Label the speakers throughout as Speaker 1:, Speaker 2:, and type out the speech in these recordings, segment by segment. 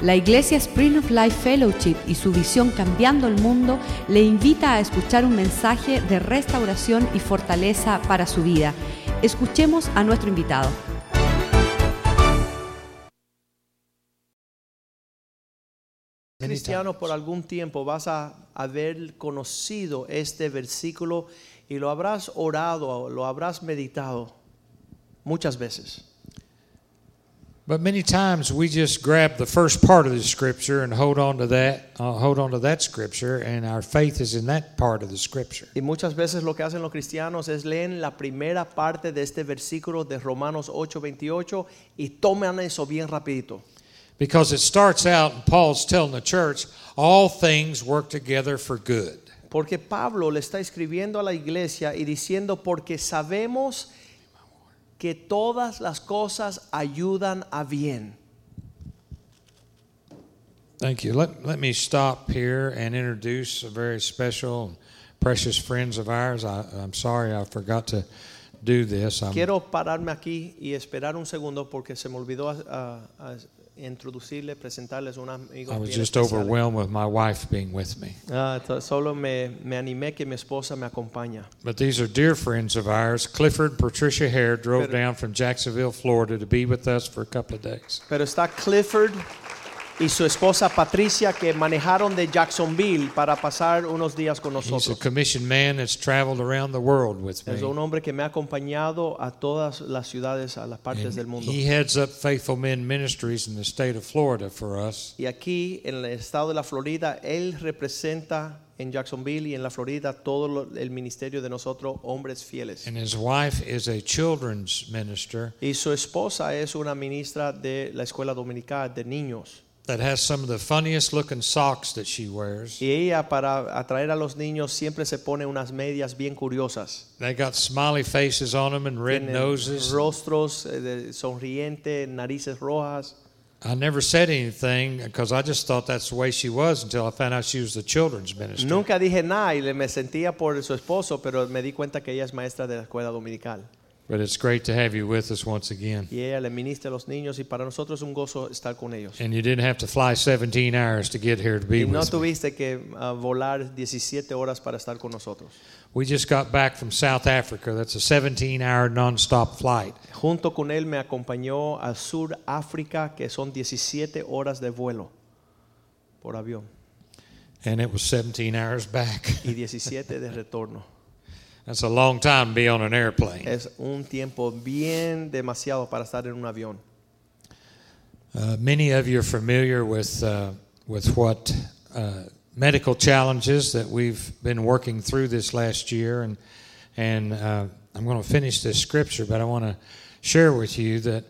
Speaker 1: La Iglesia Spring of Life Fellowship y su visión Cambiando el Mundo le invita a escuchar un mensaje de restauración y fortaleza para su vida. Escuchemos a nuestro invitado.
Speaker 2: Cristiano, por algún tiempo vas a haber conocido este versículo y lo habrás orado, lo habrás meditado muchas veces.
Speaker 3: But many times we just grab the first part of the scripture and hold on to that, uh, hold on to that scripture, and our faith is in that part of the scripture.
Speaker 2: Y muchas veces lo que hacen los cristianos es leen la primera parte de este versículo de Romanos 8:28 y toman eso bien rapidito.
Speaker 3: Because it starts out, and Paul's telling the church, all things work together for good.
Speaker 2: Porque Pablo le está escribiendo a la iglesia y diciendo, porque sabemos que todas las cosas ayudan a bien.
Speaker 3: Thank you. Let, let me stop here and introduce a very special and precious friends of ours. I, I'm sorry I forgot to do this. I'm,
Speaker 2: Quiero pararme aquí y esperar un segundo porque se me olvidó ah, ah, introducirle, presentarles un amigo.
Speaker 3: I was
Speaker 2: bien
Speaker 3: just
Speaker 2: especial.
Speaker 3: overwhelmed with my wife being with me.
Speaker 2: Ah, to- solo me, me animé que mi esposa me acompaña.
Speaker 3: But these are dear friends of ours. Clifford and Patricia Hare drove
Speaker 2: Pero-
Speaker 3: down from Jacksonville, Florida to be with us for a couple of days.
Speaker 2: Pero está Clifford y su esposa Patricia que manejaron de Jacksonville para pasar unos días con
Speaker 3: He's a
Speaker 2: nosotros.
Speaker 3: commissioned man that's traveled around the world with
Speaker 2: Es
Speaker 3: me.
Speaker 2: un hombre que me ha acompañado a todas las ciudades, a las partes del mundo.
Speaker 3: He heads up Faithful Men Ministries in the state of Florida for us.
Speaker 2: Y aquí en el estado de la Florida, él representa en Jacksonville y en la Florida todo lo- el ministerio de nosotros, hombres fieles.
Speaker 3: And his wife is a children's minister
Speaker 2: Y su esposa es una ministra de la escuela dominical de niños.
Speaker 3: that has some of the funniest looking socks that she wears.
Speaker 2: Y ella para atraer a los niños siempre se pone unas medias bien curiosas.
Speaker 3: They got smiley faces on them and red
Speaker 2: Tienen
Speaker 3: noses.
Speaker 2: Rostros eh, de- sonrientes, narices rojas.
Speaker 3: I never said anything because I just thought that's the way she was until I found out she was the children's minister.
Speaker 2: Nunca dije nada y le- me sentía por su esposo, pero me di cuenta que ella es maestra de la escuela dominical.
Speaker 3: But it's great to have you with us once again.
Speaker 2: Y ella le ministra a los niños y para nosotros es un gozo estar con ellos.
Speaker 3: And you didn't have to fly 17 hours to get here to be
Speaker 2: Y no
Speaker 3: with us.
Speaker 2: tuviste que ah, volar 17 horas para estar con nosotros.
Speaker 3: We just got back from South Africa. That's a 17 hour nonstop flight.
Speaker 2: Junto con él me acompañó a Sur África, que son 17 horas de vuelo por avión
Speaker 3: And it was 17 hours back.
Speaker 2: y 17 de retorno.
Speaker 3: That's a long time to be on an airplane.
Speaker 2: Es un tiempo bien demasiado para estar en un avión.
Speaker 3: Uh, many of you are familiar with, uh, with what uh, medical challenges that we've been working through this last year. And, and uh, I'm going to finish this scripture, but I want to share with you that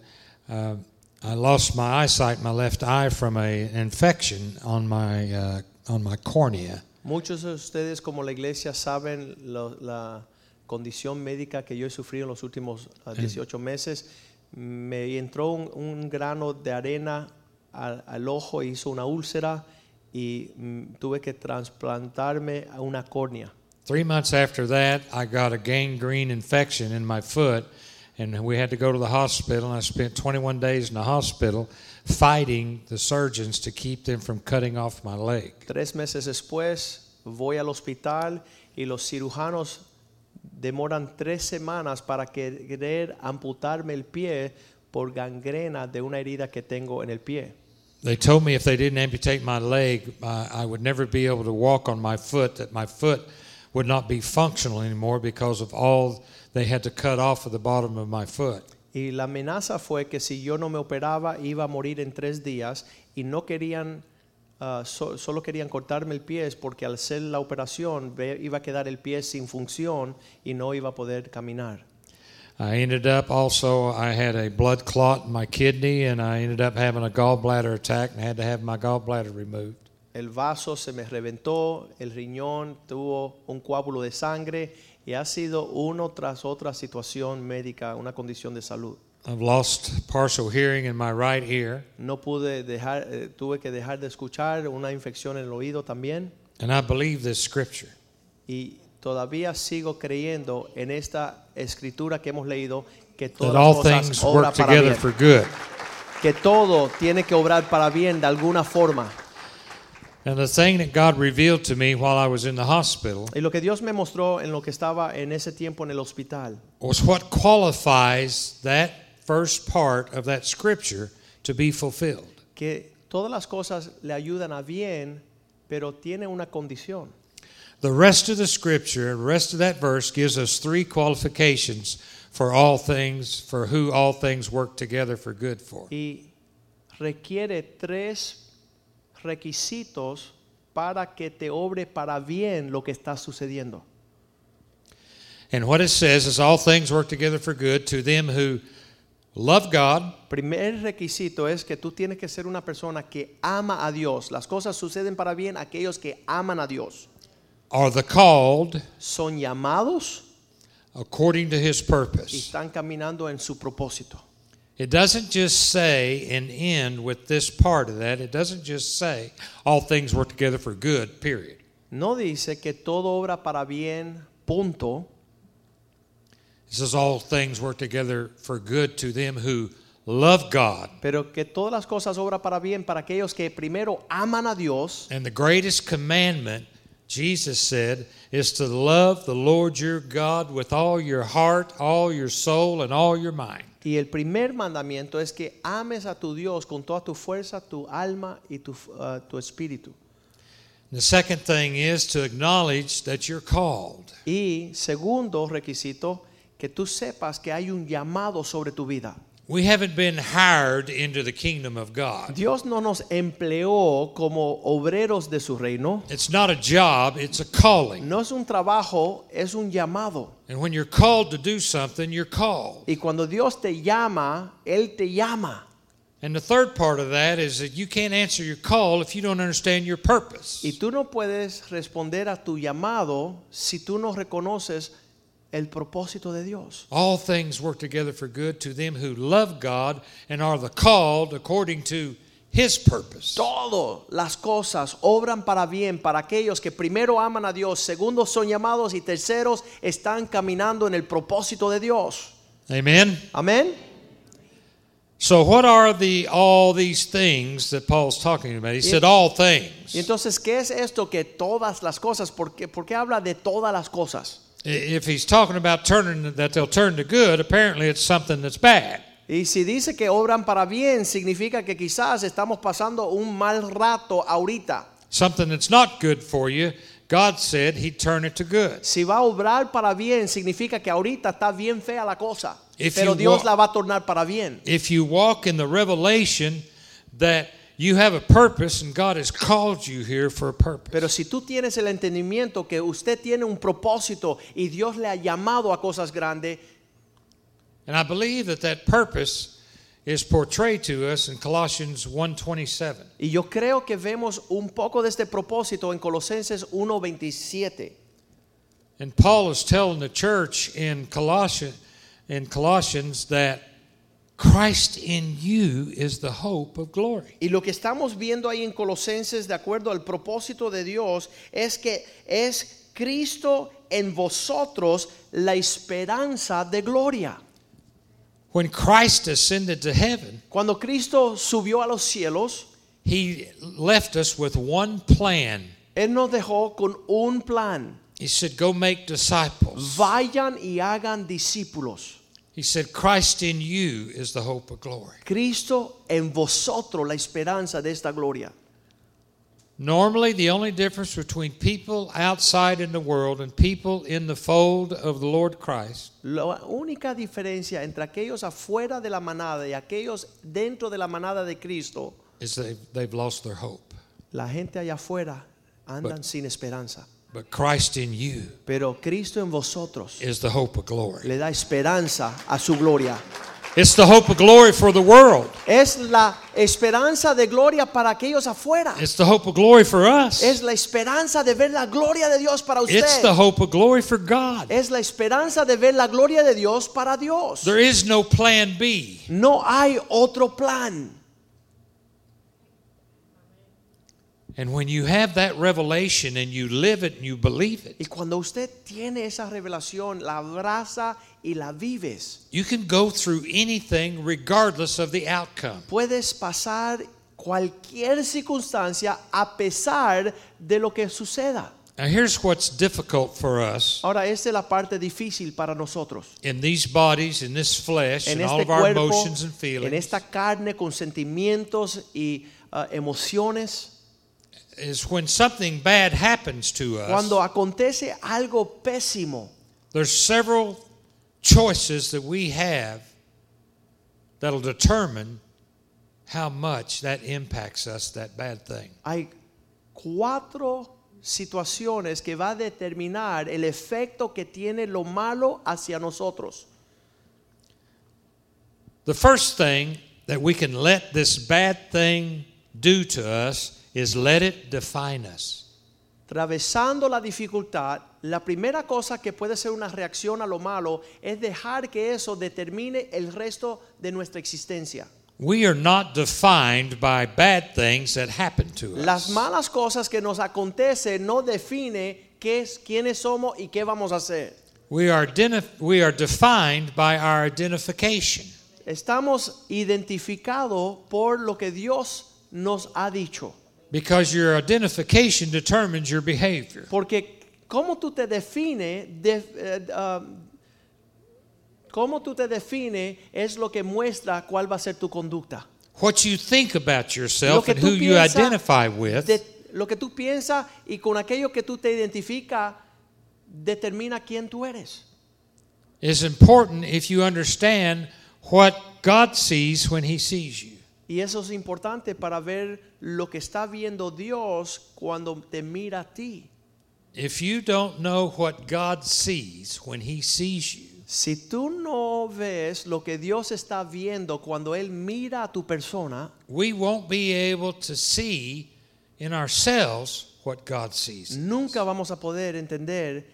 Speaker 3: uh, I lost my eyesight, my left eye, from a, an infection on my, uh, on my cornea.
Speaker 2: Muchos de ustedes, como la iglesia, saben lo- la condición médica que yo he sufrido en los últimos ah, 18 meses. Me entró un, un grano de arena al, al ojo, hizo una úlcera y mm, tuve que trasplantarme a una córnea.
Speaker 3: Three months after that, I got a gangrene infection in my foot, and we had to go to the hospital. And I spent 21 days in the hospital fighting the surgeons to keep them from cutting off my leg.
Speaker 2: Tres meses después voy al hospital y los cirujanos demoran tres semanas para querer amputarme el pie por gangrena de una herida que tengo en el pie.
Speaker 3: They told me if they didn't amputate my leg, uh, I would never be able to walk on my foot, that my foot would not be functional anymore because of all they had to cut off of the bottom of my foot.
Speaker 2: Y la amenaza fue que si yo no me operaba iba a morir en tres días y no querían, ah, so- solo querían cortarme el pie es porque al hacer la operación ve- iba a quedar el pie sin función y no iba a poder caminar.
Speaker 3: I ended up also, I had a blood clot in my kidney, and I ended up having a gallbladder attack and had to have my gallbladder removed.
Speaker 2: El vaso se me reventó, el riñón tuvo un coágulo de sangre y ha sido uno tras otra situación médica, una condición de salud.
Speaker 3: I've lost partial hearing in my right ear,
Speaker 2: No pude dejar, eh, tuve que dejar de escuchar, una infección en el oído también.
Speaker 3: and I believe this scripture.
Speaker 2: Y todavía sigo creyendo en esta escritura que hemos leído que
Speaker 3: That
Speaker 2: todas
Speaker 3: all
Speaker 2: las
Speaker 3: things
Speaker 2: cosas obra
Speaker 3: work
Speaker 2: para bien.
Speaker 3: together for good.
Speaker 2: que todo tiene que obrar para bien de alguna forma.
Speaker 3: And the thing that God revealed to me while I was in the hospital
Speaker 2: Y lo que Dios me mostró en lo que estaba en ese tiempo en el hospital
Speaker 3: was what qualifies that first part of that scripture to be fulfilled.
Speaker 2: que todas las cosas le ayudan a bien, pero tiene una condición.
Speaker 3: The rest of the scripture, the rest of that verse gives us three qualifications for all things, for who all things work together for good for.
Speaker 2: Y requiere tres requisitos para que te obre para bien lo que está sucediendo.
Speaker 3: And what it says is all things work together for good to them who love God,
Speaker 2: Primer requisito es que tú tienes que ser una persona que ama a Dios. Las cosas suceden para bien a aquellos que aman a Dios.
Speaker 3: are the called
Speaker 2: Son llamados
Speaker 3: according to his
Speaker 2: y
Speaker 3: purpose.
Speaker 2: están caminando en su propósito.
Speaker 3: It doesn't just say and end with this part of that. It doesn't just say all things work together for good, period.
Speaker 2: No dice que todo obra para bien, punto.
Speaker 3: It says all things work together for good to them who love God.
Speaker 2: Pero que todas las cosas obran para bien para aquellos que primero aman a Dios.
Speaker 3: And the greatest commandment, Jesus said, is to love the Lord your God with all your heart, all your soul, and all your mind.
Speaker 2: Y el primer mandamiento es que ames a tu Dios con toda tu fuerza, tu alma y tu, uh, tu espíritu.
Speaker 3: The second thing is to acknowledge that you're called.
Speaker 2: Y segundo requisito, que tú sepas que hay un llamado sobre tu vida.
Speaker 3: We haven't been hired into the kingdom of God.
Speaker 2: Dios no nos empleó como obreros de su reino.
Speaker 3: It's not a job, it's a calling.
Speaker 2: No es un trabajo, es un llamado.
Speaker 3: And when you're called to do something, you're called.
Speaker 2: Y cuando Dios te llama, Él te llama.
Speaker 3: And the third part of that is that you can't answer your call if you don't understand your purpose.
Speaker 2: Y tú no puedes responder a tu llamado si tú no reconoces el propósito de Dios.
Speaker 3: All things work together for good to them who love God and are the called according to his purpose.
Speaker 2: Todas las cosas obran para bien para aquellos que primero aman a Dios, segundo son llamados y terceros están caminando en el propósito de Dios.
Speaker 3: Amen.
Speaker 2: Amén.
Speaker 3: So what are the all these things that Paul's talking about? He said all things.
Speaker 2: Y entonces, ¿qué es esto que todas las cosas? ¿Por qué, por qué habla de todas las cosas?
Speaker 3: I- If he's talking about turning that they'll turn to good, apparently it's something that's bad.
Speaker 2: Y si dice que obran para bien, significa que quizás estamos pasando un mal rato ahorita.
Speaker 3: Something that's not good for you, God said he'd turn it to good.
Speaker 2: Si va a obrar para bien, significa que ahorita está bien fea la cosa.
Speaker 3: If
Speaker 2: pero
Speaker 3: you
Speaker 2: Dios
Speaker 3: wa-
Speaker 2: la va a tornar para bien.
Speaker 3: If you walk in the revelation that you have a purpose and God has called you here for a purpose.
Speaker 2: Pero si tú tienes el entendimiento que usted tiene un propósito y Dios le ha llamado a cosas grandes,
Speaker 3: And I believe that that purpose is portrayed to us in Colossians 1:27.
Speaker 2: y yo creo que vemos un poco de este propósito en Colosenses 1:27.
Speaker 3: And Paul is telling the church in Colossians in Colossians that Christ in you is the hope of glory.
Speaker 2: Y lo que estamos viendo ahí en Colosenses, de acuerdo al propósito de Dios, es que es Cristo en vosotros la esperanza de gloria.
Speaker 3: When Christ ascended to heaven,
Speaker 2: Cuando Cristo subió a los cielos,
Speaker 3: he left us with one plan.
Speaker 2: Él nos dejó con un plan.
Speaker 3: He said go make disciples.
Speaker 2: Vayan y hagan discípulos.
Speaker 3: He said Christ in you is the hope of glory.
Speaker 2: Cristo en vosotros la esperanza de esta gloria.
Speaker 3: Normally, the only difference between people outside in the world and people in the fold of the Lord Christ
Speaker 2: La única diferencia entre aquellos afuera de la manada y aquellos dentro de la manada de Cristo,
Speaker 3: is they've, they've lost their hope.
Speaker 2: la gente allá afuera andan sin esperanza.
Speaker 3: But Christ in you
Speaker 2: Pero Cristo en vosotros
Speaker 3: is the hope of glory.
Speaker 2: le da esperanza a su gloria.
Speaker 3: It's the hope of glory for the world,
Speaker 2: Es la esperanza de gloria para aquellos afuera.
Speaker 3: it's the hope of glory for
Speaker 2: Es
Speaker 3: us,
Speaker 2: la esperanza de ver la gloria de Dios para usted.
Speaker 3: it's the hope of glory for God.
Speaker 2: Es la esperanza de ver la gloria de Dios para Dios.
Speaker 3: There is no plan B.
Speaker 2: No hay otro plan.
Speaker 3: And when you have that revelation and you live it and you believe
Speaker 2: Y
Speaker 3: it,
Speaker 2: cuando usted tiene esa revelación, la abraza y la vives.
Speaker 3: You can go through anything regardless of the outcome.
Speaker 2: Puedes pasar cualquier circunstancia a pesar de lo que suceda.
Speaker 3: Now, here's what's difficult for us
Speaker 2: Ahora, esta es la parte difícil para nosotros.
Speaker 3: in these bodies, in this flesh,
Speaker 2: En
Speaker 3: in all
Speaker 2: este
Speaker 3: of our
Speaker 2: cuerpo,
Speaker 3: emotions and
Speaker 2: en
Speaker 3: feelings,
Speaker 2: esta carne con sentimientos y ah, emociones.
Speaker 3: is when something bad happens to us,
Speaker 2: Cuando acontece algo pésimo,
Speaker 3: there's several choices that we have that'll determine how much that impacts us, that bad thing.
Speaker 2: hay cuatro situaciones que va a determinar el efecto que tiene lo malo hacia nosotros.
Speaker 3: The first thing that we can let this bad thing do to us is let it define us.
Speaker 2: Atravesando la dificultad, la primera cosa que puede ser una reacción a lo malo es dejar que eso determine el resto de nuestra existencia.
Speaker 3: We are not defined by bad things that happen to
Speaker 2: Las
Speaker 3: us.
Speaker 2: malas cosas que nos acontecen no define qué es, quiénes somos y qué vamos a hacer.
Speaker 3: We are, identif- we are defined by our identification.
Speaker 2: Estamos identificados por lo que Dios nos ha dicho.
Speaker 3: Because your identification determines your behavior.
Speaker 2: Porque cómo tú te defines, de- eh, ah, cómo tú te defines es lo que muestra cuál va a ser tu conducta.
Speaker 3: What you think about
Speaker 2: Lo
Speaker 3: yourself
Speaker 2: que
Speaker 3: and
Speaker 2: tú
Speaker 3: who you
Speaker 2: piensas,
Speaker 3: identify with
Speaker 2: de- lo que tú piensas y con aquello que tú te identificas determina quién tú eres.
Speaker 3: is important if you understand what God sees when He sees you.
Speaker 2: Y eso es importante para ver lo que está viendo Dios cuando te mira a ti.
Speaker 3: If you don't know what God sees when He sees you,
Speaker 2: Si tú no ves lo que Dios está viendo cuando Él mira a tu persona,
Speaker 3: we won't be able to see in ourselves what God sees.
Speaker 2: nunca vamos a poder entender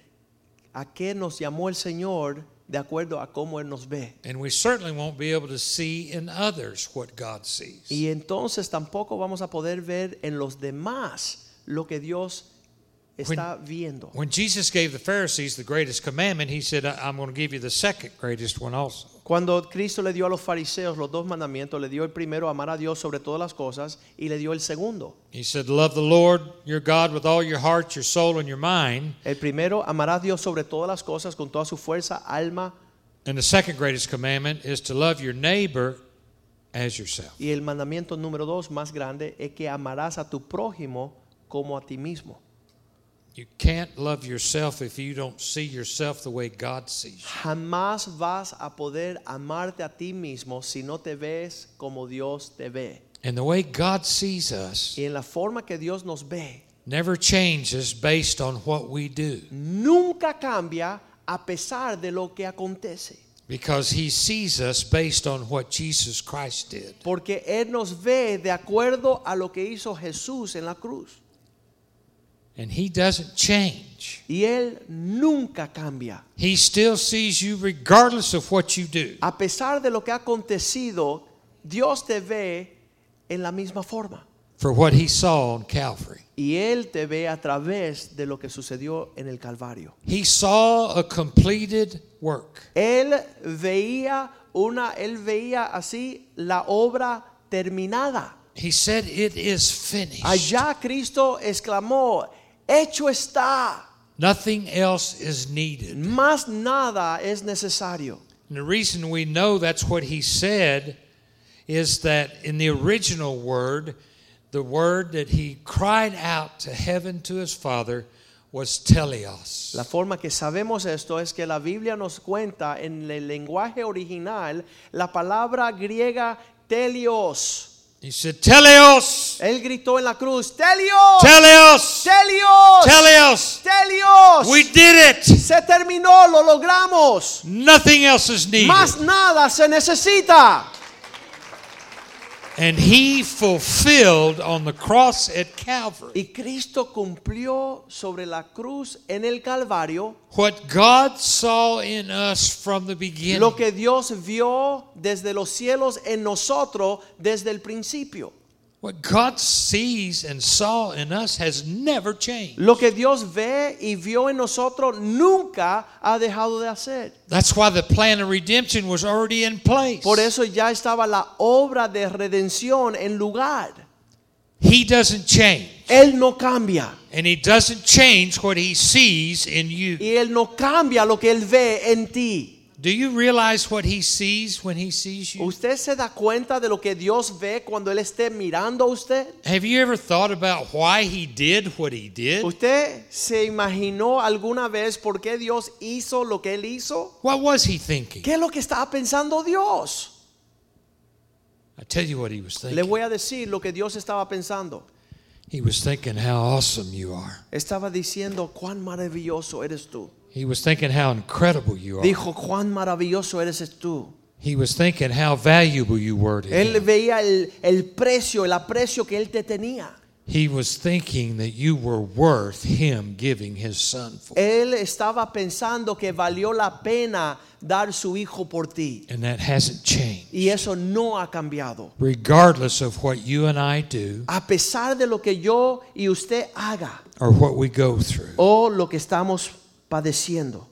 Speaker 2: a qué nos llamó el Señor de acuerdo a cómo Él nos ve.
Speaker 3: And we certainly won't be able to see in others what God sees.
Speaker 2: Y entonces tampoco vamos a poder ver en los demás lo que Dios está viendo.
Speaker 3: When Jesus gave the Pharisees the greatest commandment, He said, "I- I'm going to give you the second greatest one also.
Speaker 2: Cuando Cristo le dio a los fariseos los dos mandamientos, le dio el primero, amar a Dios sobre todas las cosas, y le dio el segundo.
Speaker 3: He said, Love the Lord your God with all your heart, your soul, and your mind.
Speaker 2: El primero, amarás a Dios sobre todas las cosas con toda su fuerza, alma.
Speaker 3: And the second greatest commandment is to love your neighbor as yourself.
Speaker 2: Y el mandamiento número dos más grande es que amarás a tu prójimo como a ti mismo.
Speaker 3: You can't love yourself if you don't see yourself the way God sees you.
Speaker 2: Jamás vas a poder amarte a ti mismo si no te ves como Dios te ve.
Speaker 3: And the way God sees us
Speaker 2: Y en la forma que Dios nos ve,
Speaker 3: never changes based on what we do
Speaker 2: nunca cambia a pesar de lo que acontece.
Speaker 3: because he sees us based on what Jesus Christ did.
Speaker 2: Porque Él nos ve de acuerdo a lo que hizo Jesús en la cruz.
Speaker 3: And he doesn't change.
Speaker 2: Y Él nunca cambia.
Speaker 3: He still sees you regardless of what you do.
Speaker 2: A pesar de lo que ha acontecido, Dios te ve en la misma forma.
Speaker 3: for what he saw on Calvary.
Speaker 2: Y Él te ve a través de lo que sucedió en el Calvario.
Speaker 3: He saw a completed work.
Speaker 2: Él veía una, él veía así la obra terminada.
Speaker 3: He said, It is finished.
Speaker 2: Allá Cristo exclamó, hecho está,
Speaker 3: Nothing else is needed.
Speaker 2: más nada es necesario.
Speaker 3: And the reason we know that's what he said is that in the original word, the word that he cried out to heaven to his father was teleos.
Speaker 2: La forma que sabemos esto es que la Biblia nos cuenta en el lenguaje original la palabra griega telios.
Speaker 3: He said, Teleos!
Speaker 2: Él gritó en la cruz, telios,
Speaker 3: Teleos!
Speaker 2: telios,
Speaker 3: Teleos!
Speaker 2: telios.
Speaker 3: We did it!
Speaker 2: Se terminó, lo logramos.
Speaker 3: Nothing else is needed.
Speaker 2: Más nada se necesita.
Speaker 3: And he fulfilled on the cross at Calvary
Speaker 2: Y Cristo cumplió sobre la cruz en el Calvario
Speaker 3: what God saw in us from the beginning.
Speaker 2: lo que Dios vio desde los cielos en nosotros desde el principio.
Speaker 3: What God sees and saw in us has never changed.
Speaker 2: Lo que Dios ve y vio en nosotros nunca ha dejado de hacer.
Speaker 3: That's why the plan of redemption was already in place.
Speaker 2: Por eso ya estaba la obra de redención en lugar.
Speaker 3: He doesn't change.
Speaker 2: Él no cambia.
Speaker 3: And he doesn't change what he sees in you.
Speaker 2: Y Él no cambia lo que Él ve en ti.
Speaker 3: Do you realize what he sees when he sees you?
Speaker 2: ¿Usted se da cuenta de lo que Dios ve cuando Él esté mirando a usted?
Speaker 3: Have you ever thought about why he did what he did?
Speaker 2: ¿Usted se imaginó alguna vez por qué Dios hizo lo que Él hizo?
Speaker 3: What was he thinking?
Speaker 2: ¿Qué es lo que estaba pensando Dios?
Speaker 3: I tell you what he was
Speaker 2: Le
Speaker 3: thinking.
Speaker 2: voy a decir lo que Dios estaba pensando.
Speaker 3: He was thinking how awesome you are.
Speaker 2: Estaba diciendo, cuán maravilloso eres tú.
Speaker 3: He was thinking how incredible you are.
Speaker 2: Dijo, cuán maravilloso eres tú.
Speaker 3: He was thinking how valuable you were to
Speaker 2: Él
Speaker 3: him.
Speaker 2: veía el, el precio, el aprecio que Él te tenía.
Speaker 3: He was thinking that you were worth him giving his son for.
Speaker 2: Él estaba pensando que valió la pena dar su hijo por ti.
Speaker 3: And that hasn't changed.
Speaker 2: Y eso no ha cambiado.
Speaker 3: Regardless of what you and I do
Speaker 2: A pesar de lo que yo y usted haga
Speaker 3: or what we go through.
Speaker 2: o lo que estamos padeciendo.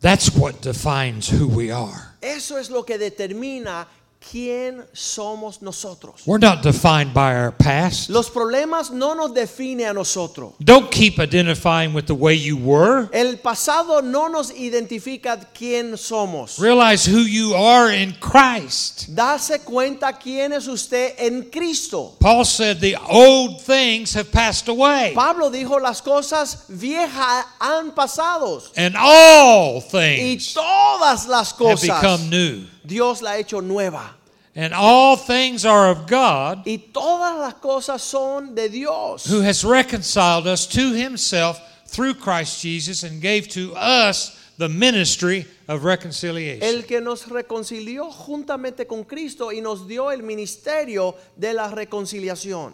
Speaker 3: That's what defines who we are.
Speaker 2: Eso es lo que determina quién somos nosotros.
Speaker 3: We're not defined by our past.
Speaker 2: Los problemas no nos define a nosotros.
Speaker 3: Don't keep identifying with the way you were.
Speaker 2: El pasado no nos identifica quién somos.
Speaker 3: Realize who you are in Christ.
Speaker 2: Dase cuenta quién es usted en Cristo.
Speaker 3: Paul said the old things have passed away
Speaker 2: Pablo dijo las cosas viejas han pasado
Speaker 3: and all
Speaker 2: y
Speaker 3: things
Speaker 2: todas las
Speaker 3: have
Speaker 2: cosas
Speaker 3: become new.
Speaker 2: Dios la ha hecho nueva
Speaker 3: And all things are of God
Speaker 2: y todas las cosas son de Dios
Speaker 3: who has reconciled us to himself through Christ Jesus and gave to us the ministry of reconciliation.
Speaker 2: el que nos reconcilió juntamente con Cristo y nos dio el ministerio de la reconciliación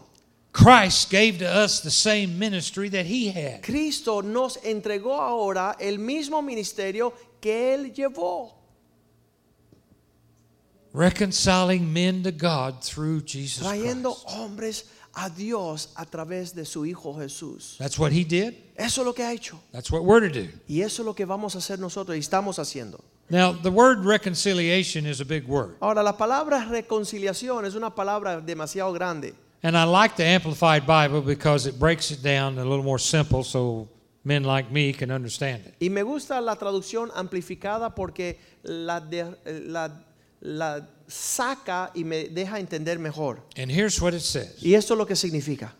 Speaker 3: Christ gave to us the same ministry that he had.
Speaker 2: Cristo nos entregó ahora el mismo ministerio que él llevó
Speaker 3: reconciling men to God through Jesus
Speaker 2: trayendo
Speaker 3: Christ.
Speaker 2: hombres a Dios a través de su hijo Jesús
Speaker 3: That's what he did.
Speaker 2: eso es lo que ha hecho
Speaker 3: That's what we're to do.
Speaker 2: y eso es lo que vamos a hacer nosotros y estamos haciendo
Speaker 3: Now, the word reconciliation is a big word,
Speaker 2: Ahora, la palabra reconciliación es una palabra demasiado grande.
Speaker 3: and I like the Amplified Bible because it breaks it down a little more simple so men like me can understand it.
Speaker 2: Y me gusta la traducción amplificada porque la, de- la- la saca y me deja entender mejor.
Speaker 3: And here's what it says
Speaker 2: Y esto es lo que significa.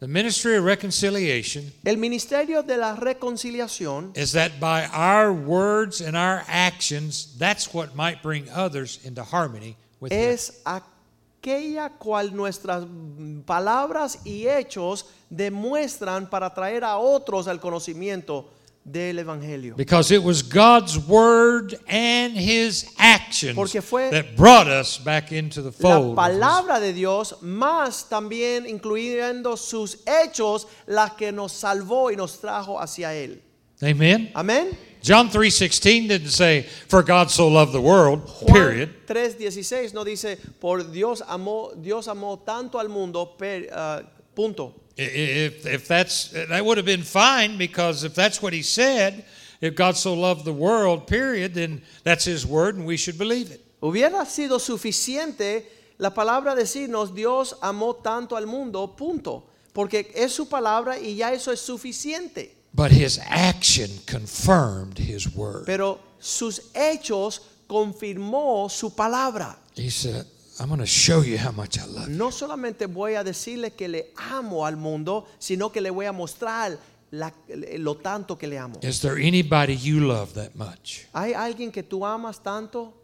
Speaker 3: The ministry of reconciliation
Speaker 2: El ministerio de la reconciliación
Speaker 3: is that by our words and our actions, that's what might bring others into harmony with Him.
Speaker 2: es aquella cual nuestras mm, palabras y hechos demuestran para traer a otros al conocimiento del Evangelio.
Speaker 3: Because it was God's word and his actions
Speaker 2: Porque fue
Speaker 3: that brought us back into the
Speaker 2: la
Speaker 3: fold. of his-
Speaker 2: palabra de Dios, más también incluyendo sus hechos, la que nos salvó y nos trajo hacia Él.
Speaker 3: Amen.
Speaker 2: Amén.
Speaker 3: John 3:16 didn't say for God so loved the world, period.
Speaker 2: Juan 3:16 no dice por Dios amó Dios amó tanto al mundo per- ah, punto.
Speaker 3: I- i- If, if that's that would have been fine because if that's what he said, if God so loved the world, period, then that's his word and we should believe it.
Speaker 2: Hubiera sido suficiente la palabra decirnos Dios amó tanto al mundo punto, porque es su palabra y ya eso es suficiente.
Speaker 3: But his action confirmed his word.
Speaker 2: Pero sus hechos confirmó su palabra.
Speaker 3: He said, "I'm going to show you how much I love you."
Speaker 2: No solamente voy a decirle que le amo al mundo, sino que le voy a mostrar la- lo tanto que le amo.
Speaker 3: Is there anybody you love that much?
Speaker 2: ¿Hay alguien que tú amas tanto?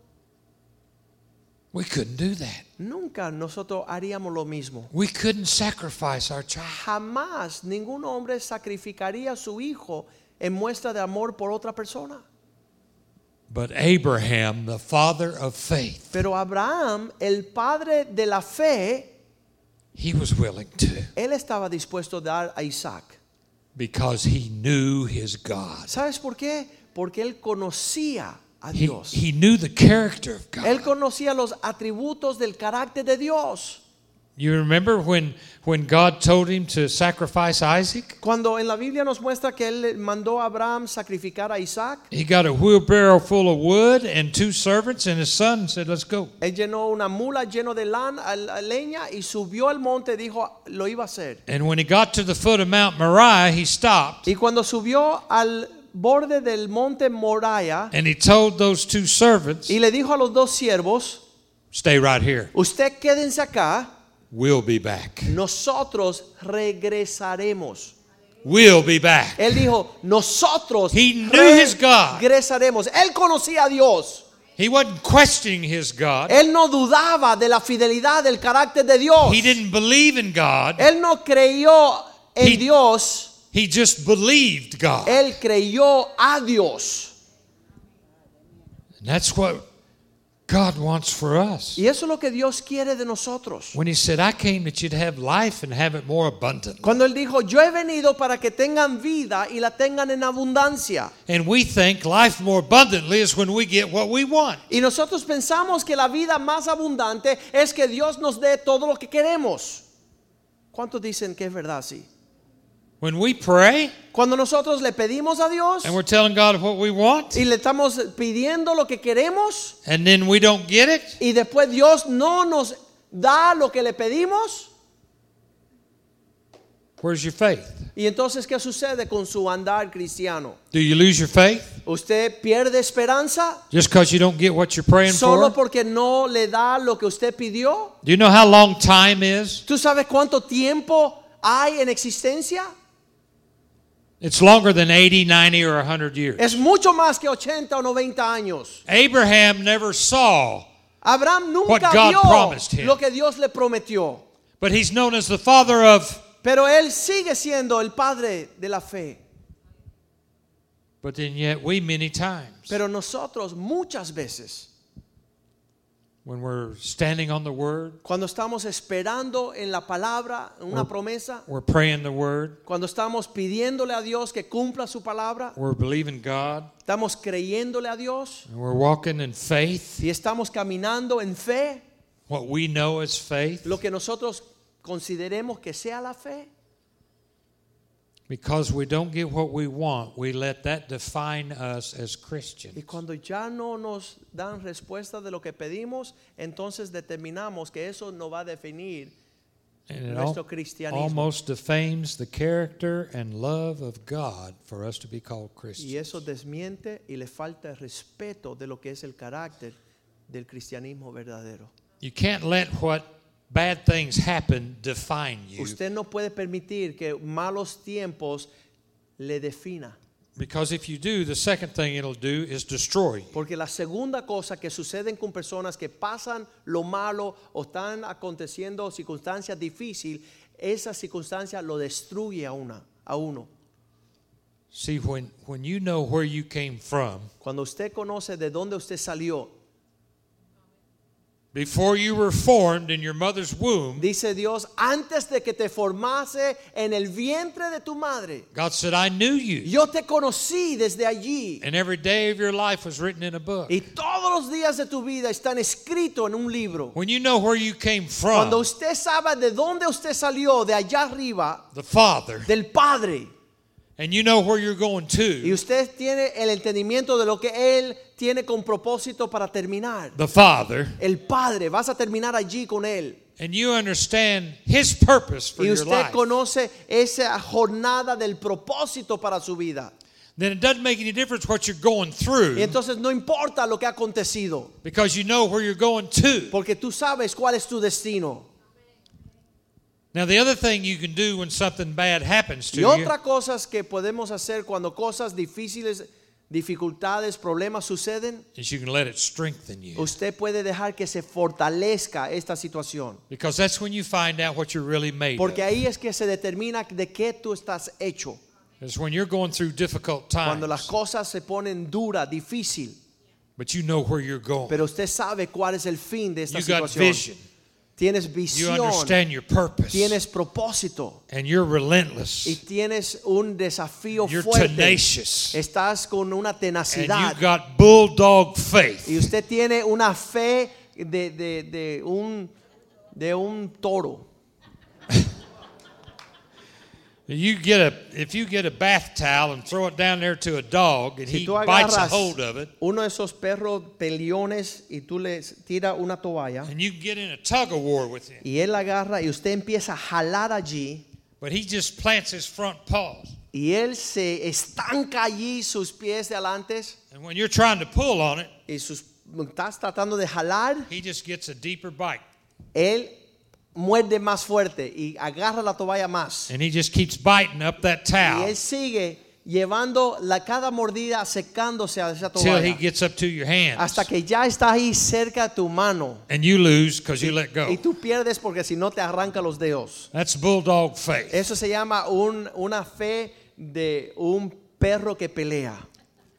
Speaker 3: We couldn't do that.
Speaker 2: Nunca nosotros haríamos lo mismo.
Speaker 3: We couldn't sacrifice our child.
Speaker 2: Jamás ningún hombre sacrificaría a su hijo en muestra de amor por otra persona.
Speaker 3: But Abraham, the father of faith,
Speaker 2: Pero Abraham, el padre de la fe,
Speaker 3: he was willing to
Speaker 2: él estaba dispuesto a dar a Isaac.
Speaker 3: because he knew his God.
Speaker 2: ¿Sabes por qué? Porque él conocía a
Speaker 3: He,
Speaker 2: Dios.
Speaker 3: he knew the character of
Speaker 2: Él
Speaker 3: God.
Speaker 2: conocía los atributos del carácter de Dios.
Speaker 3: You remember when, when God told him to sacrifice Isaac?
Speaker 2: Cuando en la Biblia nos muestra que Él mandó a Abraham sacrificar a Isaac,
Speaker 3: He got a wheelbarrow full of wood and two servants, and his son said, Let's go.
Speaker 2: Él llenó una mula lleno de lana, leña y subió al monte, dijo, lo iba a hacer.
Speaker 3: And when he got to the foot of Mount Moriah, he stopped
Speaker 2: Y cuando subió al borde del monte Moriah
Speaker 3: and he told those two servants,
Speaker 2: y le dijo a los dos siervos,
Speaker 3: Stay right here.
Speaker 2: usted quédense acá,
Speaker 3: We'll be back.
Speaker 2: nosotros regresaremos.
Speaker 3: We'll be back.
Speaker 2: Él dijo, nosotros
Speaker 3: He knew his God.
Speaker 2: regresaremos. Él conocía a Dios.
Speaker 3: He wasn't questioning his God.
Speaker 2: Él no dudaba de la fidelidad del carácter de Dios.
Speaker 3: He didn't believe in God.
Speaker 2: Él no creyó en
Speaker 3: He-
Speaker 2: Dios,
Speaker 3: He just believed God.
Speaker 2: él creyó a Dios.
Speaker 3: And that's what God wants for us.
Speaker 2: Y eso es lo que Dios quiere de nosotros.
Speaker 3: When he said, I came that you'd have life and have it more abundantly.
Speaker 2: Cuando él dijo, yo he venido para que tengan vida y la tengan en abundancia.
Speaker 3: And we think life more abundantly is when we get what we want.
Speaker 2: Y nosotros pensamos que la vida más abundante es que Dios nos dé todo lo que queremos. ¿Cuántos dicen que es verdad así?
Speaker 3: When we pray
Speaker 2: Cuando nosotros le pedimos a Dios
Speaker 3: and we're telling God what we want
Speaker 2: y le estamos pidiendo lo que queremos,
Speaker 3: and then we don't get it,
Speaker 2: y después Dios no nos da lo que le pedimos,
Speaker 3: where's your faith?
Speaker 2: y entonces ¿qué sucede con su andar cristiano?
Speaker 3: Do you lose your faith
Speaker 2: ¿Usted pierde esperanza
Speaker 3: just because you don't get what you're praying
Speaker 2: solo
Speaker 3: for?
Speaker 2: porque no le da lo que usted pidió?
Speaker 3: Do you know how long time is?
Speaker 2: ¿Tú sabes cuánto tiempo hay en existencia?
Speaker 3: It's longer than 80, 90, or 100 years.
Speaker 2: Es mucho más que 80 o 90 años.
Speaker 3: Abraham never saw,
Speaker 2: Abraham nunca
Speaker 3: What God promised
Speaker 2: vio
Speaker 3: him.
Speaker 2: lo que Dios le prometió,
Speaker 3: but he's known as the father of.
Speaker 2: pero él sigue siendo el padre de la fe.
Speaker 3: But then, yet, we many times,
Speaker 2: Pero nosotros muchas veces,
Speaker 3: when we're standing on the word,
Speaker 2: cuando estamos esperando en la palabra, en
Speaker 3: Oh.
Speaker 2: una promesa,
Speaker 3: we're praying the word,
Speaker 2: Cuando estamos pidiéndole a Dios que cumpla su palabra,
Speaker 3: we're believing God,
Speaker 2: estamos creyéndole a Dios
Speaker 3: and we're walking in faith,
Speaker 2: y estamos caminando en fe,
Speaker 3: what we know as faith,
Speaker 2: lo que nosotros consideremos que sea la fe,
Speaker 3: because we don't get what we want, we let that define us as
Speaker 2: y
Speaker 3: Christians.
Speaker 2: cuando ya no nos dan respuesta de lo que pedimos, entonces determinamos que eso no va a definir.
Speaker 3: And it
Speaker 2: nuestro
Speaker 3: al-
Speaker 2: cristianismo.
Speaker 3: almost defames the character and love of God for us to be called
Speaker 2: Y
Speaker 3: Christians.
Speaker 2: eso desmiente y le falta el respeto de lo que es el carácter del cristianismo verdadero.
Speaker 3: You can't let what bad things happen define you
Speaker 2: Usted no puede permitir que malos tiempos le defina.
Speaker 3: because if you do, the second thing it'll do is destroy you.
Speaker 2: Porque la segunda cosa que suceden con personas que pasan lo malo o están aconteciendo circunstancias difíciles, esa circunstancia lo destruye a una, a uno.
Speaker 3: See, when, when you know where you came from,
Speaker 2: Cuando usted conoce de dónde usted salió,
Speaker 3: before you were formed in your mother's womb,
Speaker 2: dice Dios, antes de que te formase en el vientre de tu madre,
Speaker 3: God said, I knew you.
Speaker 2: yo te conocí desde allí.
Speaker 3: And every day of your life was written in a book.
Speaker 2: Y todos los días de tu vida están escritos en un libro.
Speaker 3: When you know where you came from,
Speaker 2: Cuando usted sabe de dónde usted salió, de allá arriba,
Speaker 3: the Father,
Speaker 2: del Padre.
Speaker 3: and you know where you're going
Speaker 2: Y
Speaker 3: to,
Speaker 2: usted tiene el entendimiento de lo que Él tiene con propósito para terminar.
Speaker 3: the Father,
Speaker 2: El Padre, vas a terminar allí con Él.
Speaker 3: and you understand His purpose for
Speaker 2: Y
Speaker 3: your
Speaker 2: usted
Speaker 3: life,
Speaker 2: conoce esa jornada del propósito para su vida.
Speaker 3: then it doesn't make any difference what you're going
Speaker 2: Y
Speaker 3: through
Speaker 2: entonces no importa lo que ha acontecido,
Speaker 3: because you know where you're going to.
Speaker 2: porque tú sabes cuál es tu destino.
Speaker 3: Now, the other thing you can do when something bad happens
Speaker 2: Y
Speaker 3: to you,
Speaker 2: otra cosa es que podemos hacer cuando cosas difíciles, dificultades, problemas suceden,
Speaker 3: is you can let it strengthen you.
Speaker 2: usted puede dejar que se fortalezca esta situación.
Speaker 3: Because that's when you find out what you're really made
Speaker 2: Porque
Speaker 3: of.
Speaker 2: ahí es que se determina de qué tú estás hecho.
Speaker 3: It's when you're going through difficult
Speaker 2: Cuando las
Speaker 3: times,
Speaker 2: cosas se ponen duras, difícil,
Speaker 3: but you know where you're going.
Speaker 2: pero usted sabe cuál es el fin de esta
Speaker 3: You got
Speaker 2: situación.
Speaker 3: vision.
Speaker 2: tienes
Speaker 3: You
Speaker 2: visión,
Speaker 3: understand your purpose.
Speaker 2: tienes propósito
Speaker 3: and you're
Speaker 2: y
Speaker 3: relentless.
Speaker 2: tienes un desafío
Speaker 3: You're
Speaker 2: fuerte.
Speaker 3: tenacious.
Speaker 2: Estás con una
Speaker 3: And
Speaker 2: tenacidad
Speaker 3: you've got bulldog
Speaker 2: y
Speaker 3: faith.
Speaker 2: usted tiene una fe de, de- de un, de un toro.
Speaker 3: You get a if you get a bath towel and throw it down there to a dog and
Speaker 2: Si
Speaker 3: he
Speaker 2: tú
Speaker 3: bites a
Speaker 2: agarras
Speaker 3: hold of it,
Speaker 2: uno de esos perros peliones y tú le tiras una toalla
Speaker 3: and you get in a tug of war with him,
Speaker 2: y él la agarra y usted empieza a jalar allí
Speaker 3: but he just plants his front paws.
Speaker 2: y él se estanca allí sus pies de adelante
Speaker 3: And when you're trying to pull on it,
Speaker 2: y sus, estás tratando de jalar,
Speaker 3: he just gets a deeper bite.
Speaker 2: él muerde más fuerte y agarra la toalla más.
Speaker 3: And he just keeps biting up that
Speaker 2: Y
Speaker 3: towel
Speaker 2: él sigue llevando la cada mordida secándose a esa
Speaker 3: until he
Speaker 2: toalla
Speaker 3: gets up to your hands.
Speaker 2: hasta que ya está ahí cerca de tu mano
Speaker 3: And you lose because you let
Speaker 2: y
Speaker 3: go.
Speaker 2: tú pierdes porque si no te arranca los dedos.
Speaker 3: That's bulldog faith.
Speaker 2: Eso se llama un- una fe de un perro que pelea.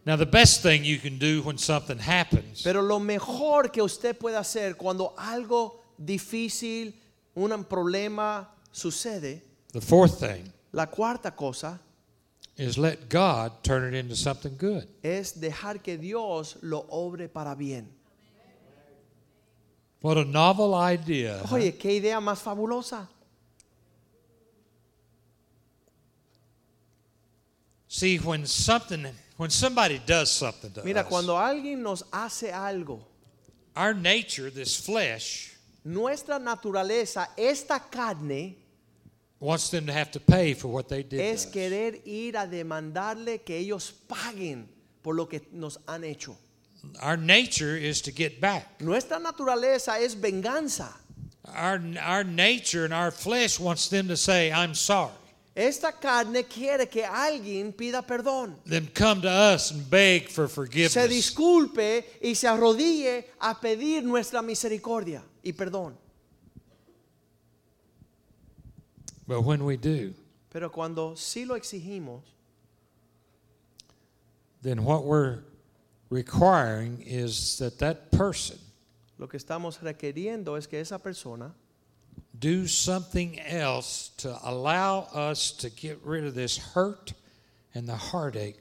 Speaker 3: Now, the best thing you can do when something happens
Speaker 2: Pero lo mejor que usted puede hacer cuando algo difícil, un problema sucede,
Speaker 3: The fourth thing
Speaker 2: la cuarta cosa
Speaker 3: is let God turn it into something good.
Speaker 2: es dejar que Dios lo obre para bien.
Speaker 3: What a novel idea. huh?
Speaker 2: Oye, qué idea más fabulosa.
Speaker 3: See, when something, when somebody does something to
Speaker 2: Mira,
Speaker 3: us,
Speaker 2: cuando alguien nos hace algo,
Speaker 3: our nature, this flesh,
Speaker 2: nuestra naturaleza, esta carne,
Speaker 3: wants them to have to pay for what they did.
Speaker 2: es
Speaker 3: to us.
Speaker 2: querer ir a demandarle que ellos paguen por lo que nos han hecho.
Speaker 3: Our nature is to get back.
Speaker 2: Nuestra naturaleza es venganza.
Speaker 3: Our, our nature and our flesh wants them to say, I'm sorry.
Speaker 2: Esta carne quiere que alguien pida perdón,
Speaker 3: Them come to us and beg for
Speaker 2: se
Speaker 3: forgiveness.
Speaker 2: disculpe y se arrodille a pedir nuestra misericordia y perdón.
Speaker 3: But when we do,
Speaker 2: Pero cuando sí lo exigimos,
Speaker 3: then what we're requiring is that that person
Speaker 2: lo que estamos requiriendo es que esa persona
Speaker 3: do something else to allow us to get rid of this hurt and the heartache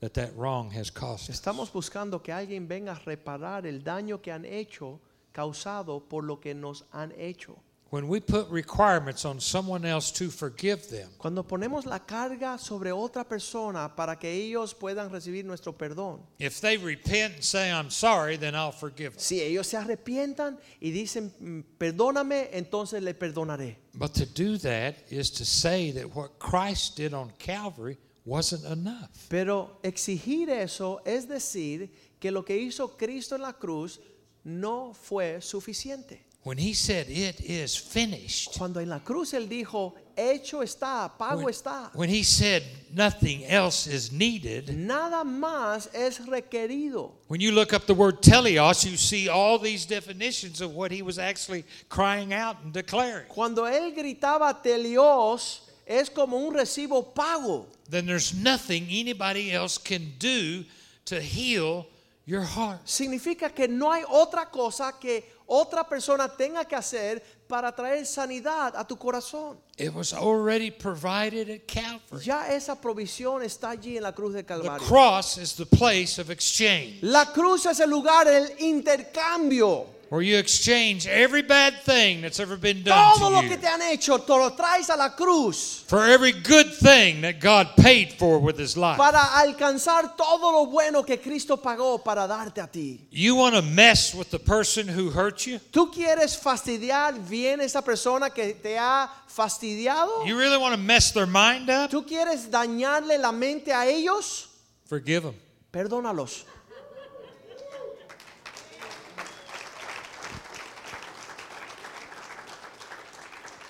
Speaker 3: that that wrong has caused us.
Speaker 2: estamos buscando que alguien venga a reparar el daño que han hecho causado por lo que nos han hecho.
Speaker 3: When we put requirements on someone else to forgive them,
Speaker 2: Cuando ponemos la carga sobre otra persona para que ellos puedan recibir nuestro perdón,
Speaker 3: if they repent and say, I'm sorry, then I'll forgive them.
Speaker 2: Si ellos se arrepientan y dicen, "Mm, perdóname, entonces le perdonaré.
Speaker 3: But to do that is to say that what Christ did on Calvary wasn't enough.
Speaker 2: Pero exigir eso es decir que lo que hizo Cristo en la cruz no fue suficiente.
Speaker 3: When he said, It is finished,
Speaker 2: Cuando en la cruz él dijo, hecho está, pago
Speaker 3: when,
Speaker 2: está,
Speaker 3: when he said, Nothing else is needed,
Speaker 2: nada más es requerido.
Speaker 3: When you look up the word teleos, you see all these definitions of what he was actually crying out and declaring.
Speaker 2: Cuando él gritaba telios, es como un recibo pago.
Speaker 3: Then there's nothing anybody else can do to heal your heart.
Speaker 2: Significa que no hay otra cosa que otra persona tenga que hacer para traer sanidad a tu corazón.
Speaker 3: It was already provided at Calvary.
Speaker 2: Pues Ya esa provisión está allí en la cruz del
Speaker 3: The
Speaker 2: Calvario.
Speaker 3: cross is the place of exchange
Speaker 2: La cruz es el lugar del intercambio.
Speaker 3: where you exchange every bad thing that's ever been
Speaker 2: Todo lo
Speaker 3: done to
Speaker 2: que
Speaker 3: you
Speaker 2: te han hecho, te lo traes a la cruz
Speaker 3: for every good thing that God paid for with his life.
Speaker 2: para alcanzar todo lo bueno que Cristo pagó para darte a ti.
Speaker 3: You want to mess with the person who hurt you?
Speaker 2: ¿Tú quieres fastidiar bien a esa persona que te ha fastidiado?
Speaker 3: You really want to mess their mind up?
Speaker 2: ¿Tú quieres dañarle la mente a ellos?
Speaker 3: Forgive them.
Speaker 2: Perdónalos.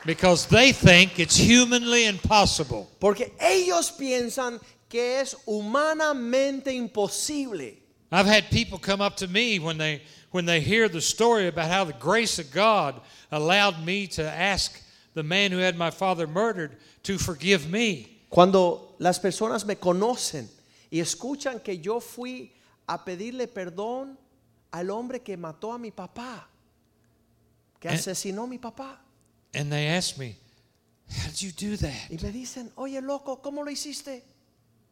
Speaker 3: Because they think it's humanly impossible
Speaker 2: Porque ellos piensan que es humanamente imposible.
Speaker 3: I've had people come up to me when they when they hear the story about how the grace of God allowed me to ask the man who had my father murdered to forgive me.
Speaker 2: Cuando las personas me conocen y escuchan que yo fui a pedirle perdón al hombre que mató a mi papá, que
Speaker 3: And-
Speaker 2: asesinó mi papá.
Speaker 3: And they asked me, How'd you do that?
Speaker 2: Y me dicen, oye loco, ¿cómo lo hiciste?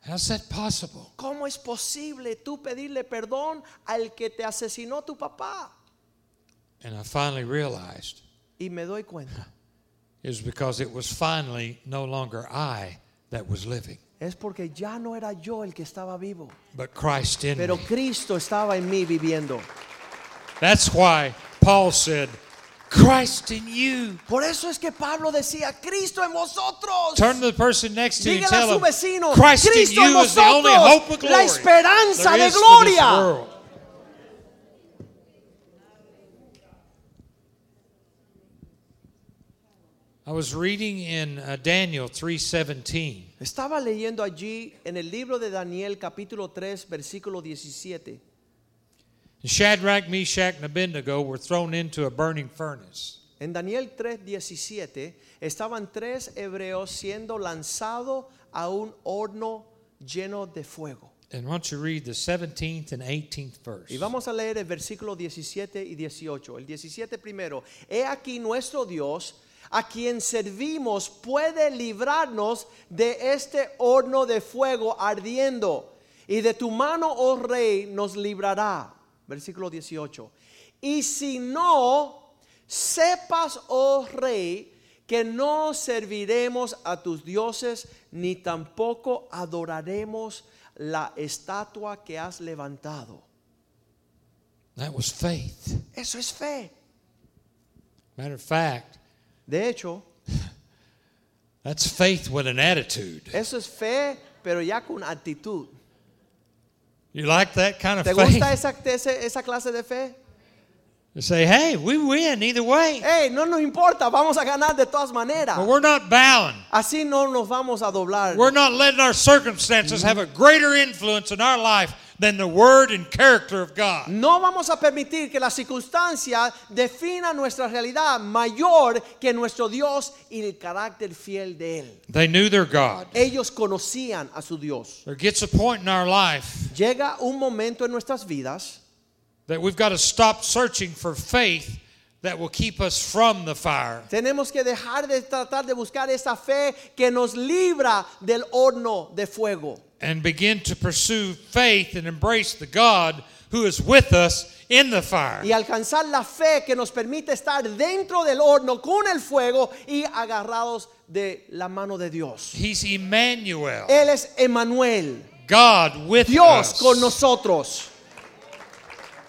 Speaker 3: How's that possible?
Speaker 2: ¿Cómo es posible tú pedirle perdón al que te asesinó tu papá?
Speaker 3: And I finally realized
Speaker 2: Y me doy cuenta,
Speaker 3: it was because it was finally no longer I that was living,
Speaker 2: es porque ya no era yo el que estaba vivo,
Speaker 3: but Christ in
Speaker 2: pero
Speaker 3: me.
Speaker 2: Cristo estaba en mí viviendo.
Speaker 3: That's why Paul said, Christ in you.
Speaker 2: Por eso es que Pablo decía, Cristo en vosotros.
Speaker 3: Turn to the person next to you and
Speaker 2: Dígale a
Speaker 3: tell
Speaker 2: su
Speaker 3: them,
Speaker 2: vecino,
Speaker 3: Christ in
Speaker 2: Cristo en
Speaker 3: you is the only hope of
Speaker 2: vosotros,
Speaker 3: glory.
Speaker 2: la esperanza
Speaker 3: there
Speaker 2: de
Speaker 3: is for this
Speaker 2: gloria.
Speaker 3: world." I was reading in uh, Daniel 3:17.
Speaker 2: Estaba leyendo allí en el libro de Daniel capítulo 3 versículo 17.
Speaker 3: Shadrach, Meshach, and Abednego were thrown into a burning furnace.
Speaker 2: En Daniel 3:17 estaban tres hebreos siendo lanzados a un horno lleno de fuego.
Speaker 3: And why don't you read the 17th and 18th verse?
Speaker 2: Y vamos a leer el versículo 17 y 18. El 17 primero. He aquí nuestro Dios, a quien servimos, puede librarnos de este horno de fuego ardiendo. Y de tu mano, oh rey, nos librará. Versículo 18. Y si no, sepas, oh rey, que no serviremos a tus dioses, ni tampoco adoraremos la estatua que has levantado.
Speaker 3: That was faith.
Speaker 2: Eso es fe.
Speaker 3: Matter of fact,
Speaker 2: De hecho,
Speaker 3: that's faith with an attitude.
Speaker 2: eso es fe, pero ya con actitud.
Speaker 3: You like that kind of
Speaker 2: ¿Te
Speaker 3: faith?
Speaker 2: gusta esa, ese- esa clase de fe?
Speaker 3: You say, hey, we win either way.
Speaker 2: Hey, no nos importa, vamos a ganar de todas maneras.
Speaker 3: But we're not bowing.
Speaker 2: Así no nos vamos a doblar.
Speaker 3: We're not letting our circumstances have a greater influence in our life than the word and character of God.
Speaker 2: No vamos a permitir que las circunstancias definan nuestra realidad mayor que nuestro Dios y el carácter fiel de Él.
Speaker 3: They knew their God.
Speaker 2: Ellos conocían a su Dios.
Speaker 3: There gets a point in our life
Speaker 2: Llega un momento en nuestras vidas
Speaker 3: that we've got to stop searching for faith that will keep us from the fire.
Speaker 2: Tenemos que dejar de tratar de buscar esa fe que nos libra del horno de fuego
Speaker 3: and begin to pursue faith and embrace the God who is with us in the fire.
Speaker 2: y alcanzar la fe que nos permite estar dentro del horno con el fuego y agarrados de la mano de Dios.
Speaker 3: He's Emmanuel,
Speaker 2: Él es Emanuel,
Speaker 3: God with
Speaker 2: Dios
Speaker 3: us.
Speaker 2: con nosotros.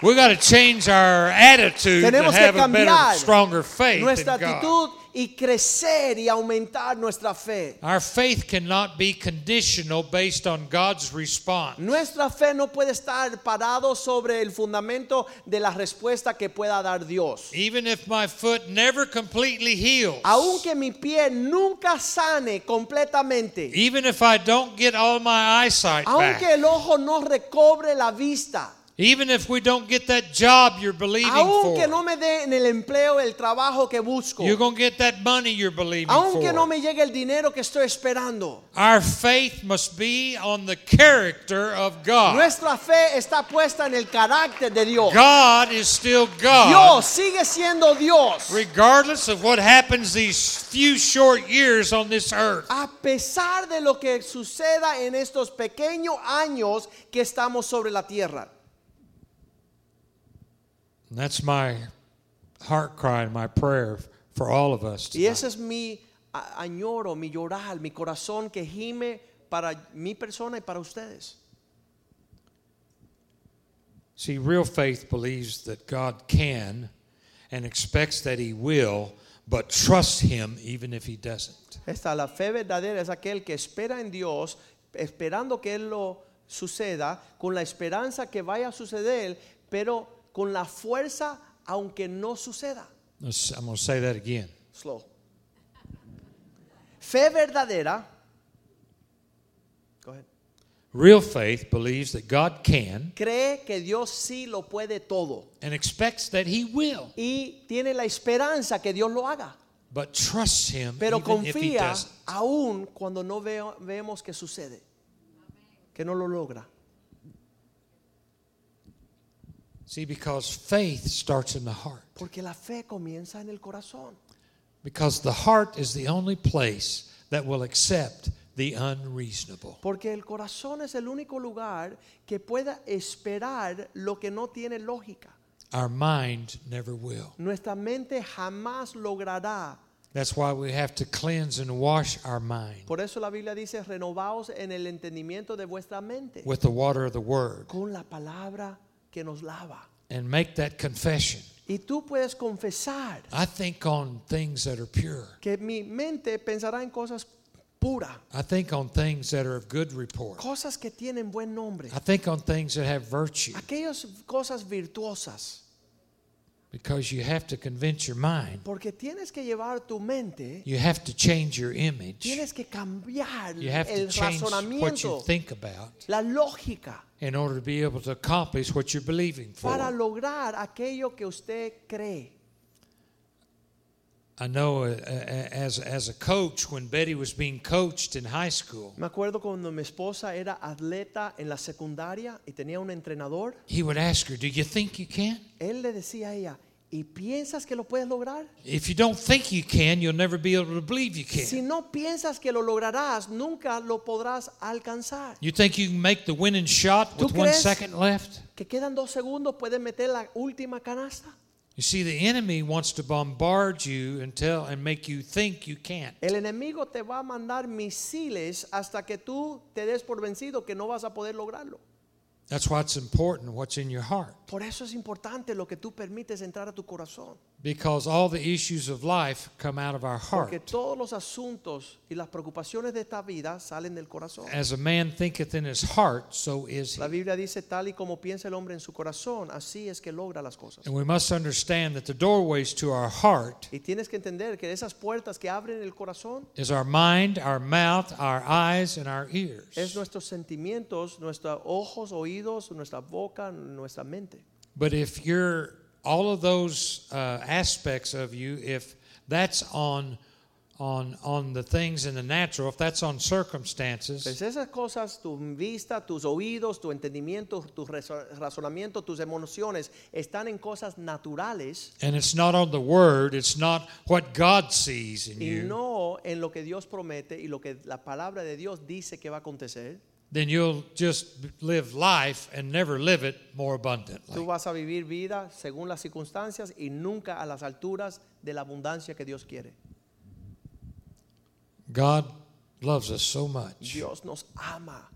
Speaker 3: We've got to change our attitude
Speaker 2: Tenemos
Speaker 3: to
Speaker 2: que
Speaker 3: have a
Speaker 2: cambiar
Speaker 3: better, stronger faith
Speaker 2: nuestra
Speaker 3: in God.
Speaker 2: actitud y crecer y aumentar nuestra fe.
Speaker 3: Our faith cannot be conditional based on God's response.
Speaker 2: Nuestra fe no puede estar parado sobre el fundamento de la respuesta que pueda dar Dios.
Speaker 3: Even if my foot never completely heals,
Speaker 2: Aunque mi pie nunca sane completamente,
Speaker 3: even if I don't get all my eyesight
Speaker 2: aunque
Speaker 3: back,
Speaker 2: el ojo no recobre la vista,
Speaker 3: even if we don't get that job you're believing
Speaker 2: aunque
Speaker 3: for,
Speaker 2: no me den el empleo, el trabajo que busco,
Speaker 3: You're going to get that money you're believing
Speaker 2: aunque
Speaker 3: for.
Speaker 2: no me llegue el dinero que estoy esperando,
Speaker 3: Our faith must be on the character of God.
Speaker 2: nuestra fe está puesta en el carácter de Dios.
Speaker 3: God is still God.
Speaker 2: Dios sigue siendo Dios.
Speaker 3: Regardless of what happens these few short years on this earth,
Speaker 2: A pesar de lo que suceda en estos pequeños años que estamos sobre la tierra.
Speaker 3: And that's my heart cry and my prayer for all of us.
Speaker 2: Y
Speaker 3: tonight.
Speaker 2: ese es mi a- añoro, mi llorar, mi corazón que gime para mi persona y para ustedes.
Speaker 3: See, real faith believes that God can and expects that He will, but trusts Him even if He doesn't.
Speaker 2: Esta la fe verdadera es aquel que espera en Dios, esperando que él lo suceda, con la esperanza que vaya a suceder, pero con la fuerza aunque no suceda.
Speaker 3: Let's- I'm going to say that again.
Speaker 2: Slow. Fe verdadera. Go ahead.
Speaker 3: Real faith believes that God can
Speaker 2: Cree que Dios sí lo puede todo
Speaker 3: and expects that he will,
Speaker 2: y tiene la esperanza que Dios lo haga.
Speaker 3: but trusts him
Speaker 2: Pero
Speaker 3: even if he
Speaker 2: confía
Speaker 3: doesn't.
Speaker 2: aún cuando no veo- vemos que sucede, que no lo logra.
Speaker 3: See, because faith starts in the heart.
Speaker 2: Porque la fe comienza en el corazón.
Speaker 3: Because the heart is the only place that will accept the unreasonable.
Speaker 2: Porque el corazón es el único lugar que pueda esperar lo que no tiene lógica.
Speaker 3: Our mind never will.
Speaker 2: Nuestra mente jamás logrará.
Speaker 3: That's why we have to cleanse and wash our mind
Speaker 2: Por eso la Biblia dice, renovaos en el entendimiento de vuestra mente.
Speaker 3: with the water of the Word
Speaker 2: Con la palabra que nos lava.
Speaker 3: and make that confession.
Speaker 2: Y tú puedes confesar
Speaker 3: I think on things that are pure.
Speaker 2: que mi mente pensará en cosas puras,
Speaker 3: I think on things that are of good report.
Speaker 2: cosas que tienen buen nombre,
Speaker 3: I think on things that have virtue
Speaker 2: aquellas cosas virtuosas.
Speaker 3: because you have to convince your mind.
Speaker 2: Porque tienes que llevar tu mente,
Speaker 3: You have to change your image.
Speaker 2: tienes que cambiar
Speaker 3: You have to
Speaker 2: el
Speaker 3: change what you
Speaker 2: razonamiento,
Speaker 3: think about
Speaker 2: la lógica,
Speaker 3: in order to be able to accomplish what you're believing
Speaker 2: para
Speaker 3: for.
Speaker 2: lograr aquello que usted cree.
Speaker 3: I know uh, uh, as, as a coach, when Betty was being coached in high school,
Speaker 2: Me acuerdo cuando mi esposa era atleta en la secundaria y tenía un entrenador,
Speaker 3: he would ask her, Do you think you can?
Speaker 2: él le decía a ella, ¿y piensas que lo puedes lograr?
Speaker 3: If you don't think you can, you'll never be able to believe you
Speaker 2: Si
Speaker 3: can.
Speaker 2: no piensas que lo lograrás, nunca lo podrás alcanzar.
Speaker 3: You think you can make the winning shot with
Speaker 2: ¿Tú
Speaker 3: one
Speaker 2: crees?
Speaker 3: second left?
Speaker 2: Que quedan dos segundos, puedes meter la última canasta.
Speaker 3: You see, the enemy wants to bombard you and tell and make you think you can't.
Speaker 2: El enemigo te va a mandar misiles hasta que tú te des por vencido que no vas a poder lograrlo.
Speaker 3: That's why it's important what's in your heart.
Speaker 2: Por eso es importante lo que tú permites entrar a tu corazón.
Speaker 3: Because all the issues of life come out of our
Speaker 2: Porque
Speaker 3: heart.
Speaker 2: todos los asuntos y las preocupaciones de esta vida salen del corazón.
Speaker 3: As a man thinketh in his heart, so is he.
Speaker 2: La Biblia dice, tal y como piensa el hombre en su corazón, así es que logra las cosas.
Speaker 3: And we must understand that the doorways to our heart
Speaker 2: Y tienes que entender que esas puertas que abren el corazón
Speaker 3: is our mind, our mouth, our eyes, and our
Speaker 2: es
Speaker 3: ears.
Speaker 2: nuestros sentimientos, nuestros ojos, oídos, nuestra boca, nuestra mente.
Speaker 3: But if you're all of those uh, aspects of you, if that's on on on the things in the natural, if that's on circumstances,
Speaker 2: Pues esas cosas, tu vista, tus oídos, tu entendimiento, tu reso- razonamiento, tus emociones, están en cosas naturales
Speaker 3: and it's not on the word, it's not what God sees in
Speaker 2: y
Speaker 3: you,
Speaker 2: no en lo que Dios promete y lo que la palabra de Dios dice que va a acontecer.
Speaker 3: then you'll just b- live life and never live it more
Speaker 2: Tú
Speaker 3: abundantly.
Speaker 2: vas a vivir vida según las circunstancias y nunca a las alturas de la abundancia que Dios quiere.
Speaker 3: God loves us so much.
Speaker 2: Dios nos ama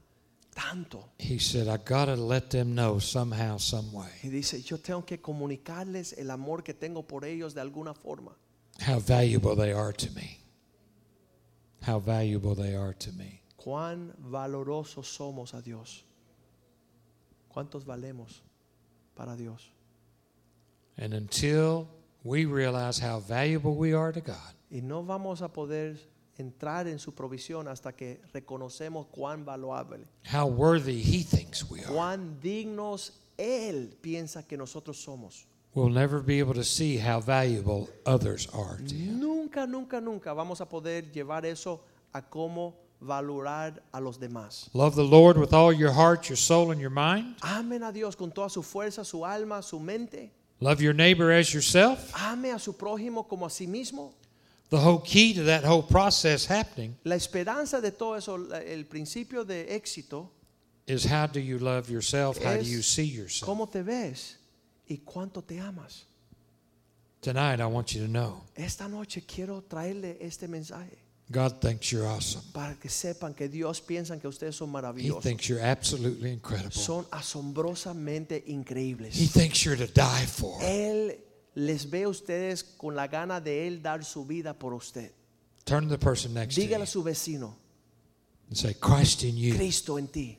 Speaker 2: tanto.
Speaker 3: He said, I gotta let them know somehow, some way,
Speaker 2: Y dice, yo tengo que comunicarles el amor que tengo por ellos de alguna forma.
Speaker 3: how valuable they are to me. How valuable they are to me.
Speaker 2: Cuán valorosos somos a Dios. Cuántos valemos para Dios.
Speaker 3: And until we realize how valuable we are to God,
Speaker 2: Y no vamos a poder entrar en su provisión hasta que reconocemos cuán valuable,
Speaker 3: how worthy He thinks we are,
Speaker 2: cuán dignos Él piensa que nosotros somos.
Speaker 3: we'll never be able to see how valuable others are to Him.
Speaker 2: Nunca, nunca, nunca vamos a poder llevar eso a cómo valorar a los demás.
Speaker 3: Love the Lord with all your heart, your soul, and your mind.
Speaker 2: Amen a Dios con toda su fuerza, su alma, su mente.
Speaker 3: Love your neighbor as yourself.
Speaker 2: Ame a su prójimo como a sí mismo.
Speaker 3: The whole key to that whole process happening
Speaker 2: La esperanza de todo eso, la- el principio de éxito,
Speaker 3: is how do you love yourself? How do
Speaker 2: Es
Speaker 3: you see yourself?
Speaker 2: cómo te ves y cuánto te amas.
Speaker 3: Tonight, I want you to know
Speaker 2: Esta noche quiero traerle este mensaje
Speaker 3: God thinks you're awesome.
Speaker 2: para que sepan que Dios piensa que ustedes son
Speaker 3: He
Speaker 2: maravillosos.
Speaker 3: thinks you're absolutely incredible.
Speaker 2: Son asombrosamente
Speaker 3: He
Speaker 2: increíbles.
Speaker 3: thinks you're to die for.
Speaker 2: Él les ve a ustedes con la gana de Él dar su vida por usted.
Speaker 3: Turn to the person next to you
Speaker 2: Dígale a su vecino,
Speaker 3: and say, Christ in you.
Speaker 2: Cristo en ti.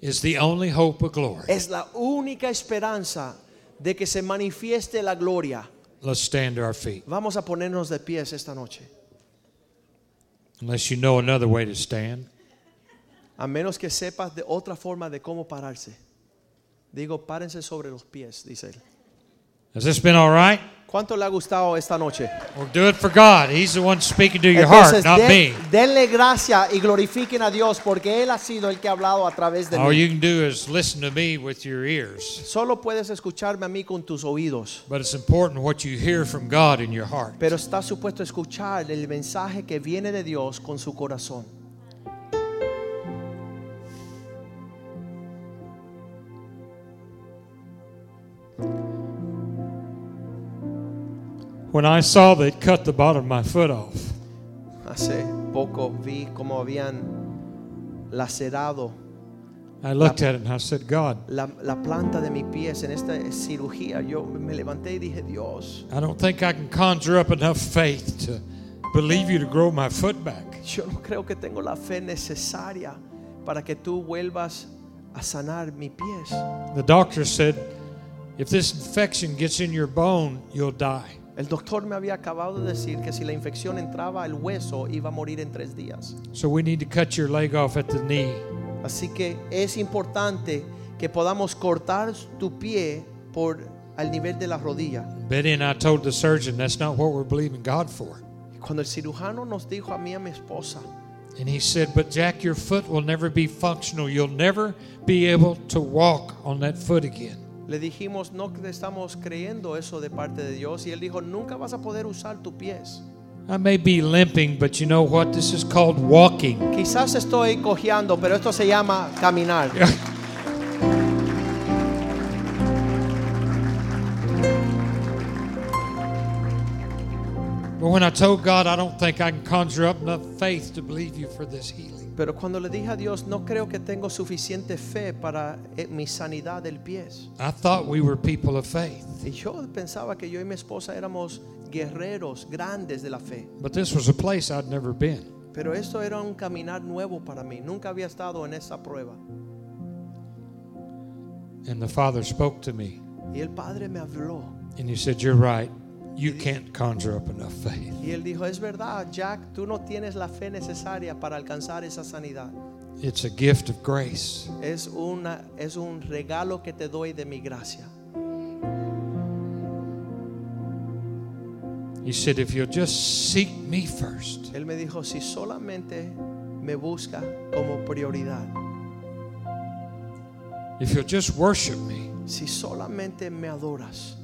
Speaker 3: is the only hope of glory.
Speaker 2: Es la única esperanza de que se manifieste la gloria.
Speaker 3: Let's stand to our feet.
Speaker 2: Vamos a ponernos de pies esta noche.
Speaker 3: Unless you know another way to stand,
Speaker 2: A menos que sepas de otra forma de cómo pararse. Digo, párense sobre los pies, dice él.
Speaker 3: has this been all right?
Speaker 2: ¿Cuánto le ha gustado esta noche?
Speaker 3: Well, do it for God. He's the one speaking to your heart, not
Speaker 2: den-
Speaker 3: me.
Speaker 2: denle gracia y glorifiquen a Dios porque Él ha sido el que ha hablado a través de
Speaker 3: All
Speaker 2: mí.
Speaker 3: you can do is listen to me with your ears.
Speaker 2: Solo puedes escucharme a mí con tus oídos.
Speaker 3: But it's important what you hear from God in your heart.
Speaker 2: Pero está supuesto escuchar el mensaje que viene de Dios con su corazón.
Speaker 3: When I saw they'd cut the bottom of my foot off,
Speaker 2: Hace poco vi cómo habían lacerado
Speaker 3: I looked at it and I said, God,
Speaker 2: la, la planta de mis pies en esta cirugía. Yo me levanté y dije, Dios,
Speaker 3: I don't think I can conjure up enough faith to believe you to grow my foot back.
Speaker 2: yo no creo que tengo la fe necesaria para que tú vuelvas a sanar mis pies.
Speaker 3: The doctor said, if this infection gets in your bone, you'll die.
Speaker 2: El doctor me había acabado de decir que si la infección entraba al hueso iba a morir en tres días.
Speaker 3: So we need to cut your leg off at the knee.
Speaker 2: Así que es importante que podamos cortar tu pie por al nivel de la rodilla.
Speaker 3: Betty and I told the surgeon that's not what we're believing God for.
Speaker 2: Cuando el cirujano nos dijo a mí y a mi esposa,
Speaker 3: And he said, But Jack, your foot will never be functional. You'll never be able to walk on that foot again.
Speaker 2: le dijimos, no que estamos creyendo eso de parte de Dios. Y él dijo, nunca vas a poder usar tus pies.
Speaker 3: I may be limping, but you know what? This is called walking.
Speaker 2: Quizás estoy cojeando, pero esto se llama caminar.
Speaker 3: But when I told God, I don't think I can conjure up enough faith to believe you for this healing.
Speaker 2: Pero cuando le dije a Dios, no creo que tengo suficiente fe para eh, mi sanidad del pie.
Speaker 3: I thought we were people of faith,
Speaker 2: Y yo pensaba que yo y mi esposa éramos guerreros grandes de la fe.
Speaker 3: but this was a place I'd never been.
Speaker 2: Pero esto era un caminar nuevo para mí. Nunca había estado en esa prueba.
Speaker 3: And the Father spoke to me,
Speaker 2: Y el Padre me habló.
Speaker 3: and He said, You're right. You can't conjure up enough faith.
Speaker 2: Y él dijo, es verdad, Jack, tú no tienes la fe necesaria para alcanzar esa sanidad.
Speaker 3: It's a gift of grace.
Speaker 2: Es, una, es un regalo que te doy de mi gracia.
Speaker 3: He said, If you'll just seek me first,
Speaker 2: Él me dijo, si solamente me busca como prioridad,
Speaker 3: if you'll just worship me,
Speaker 2: si solamente me adoras,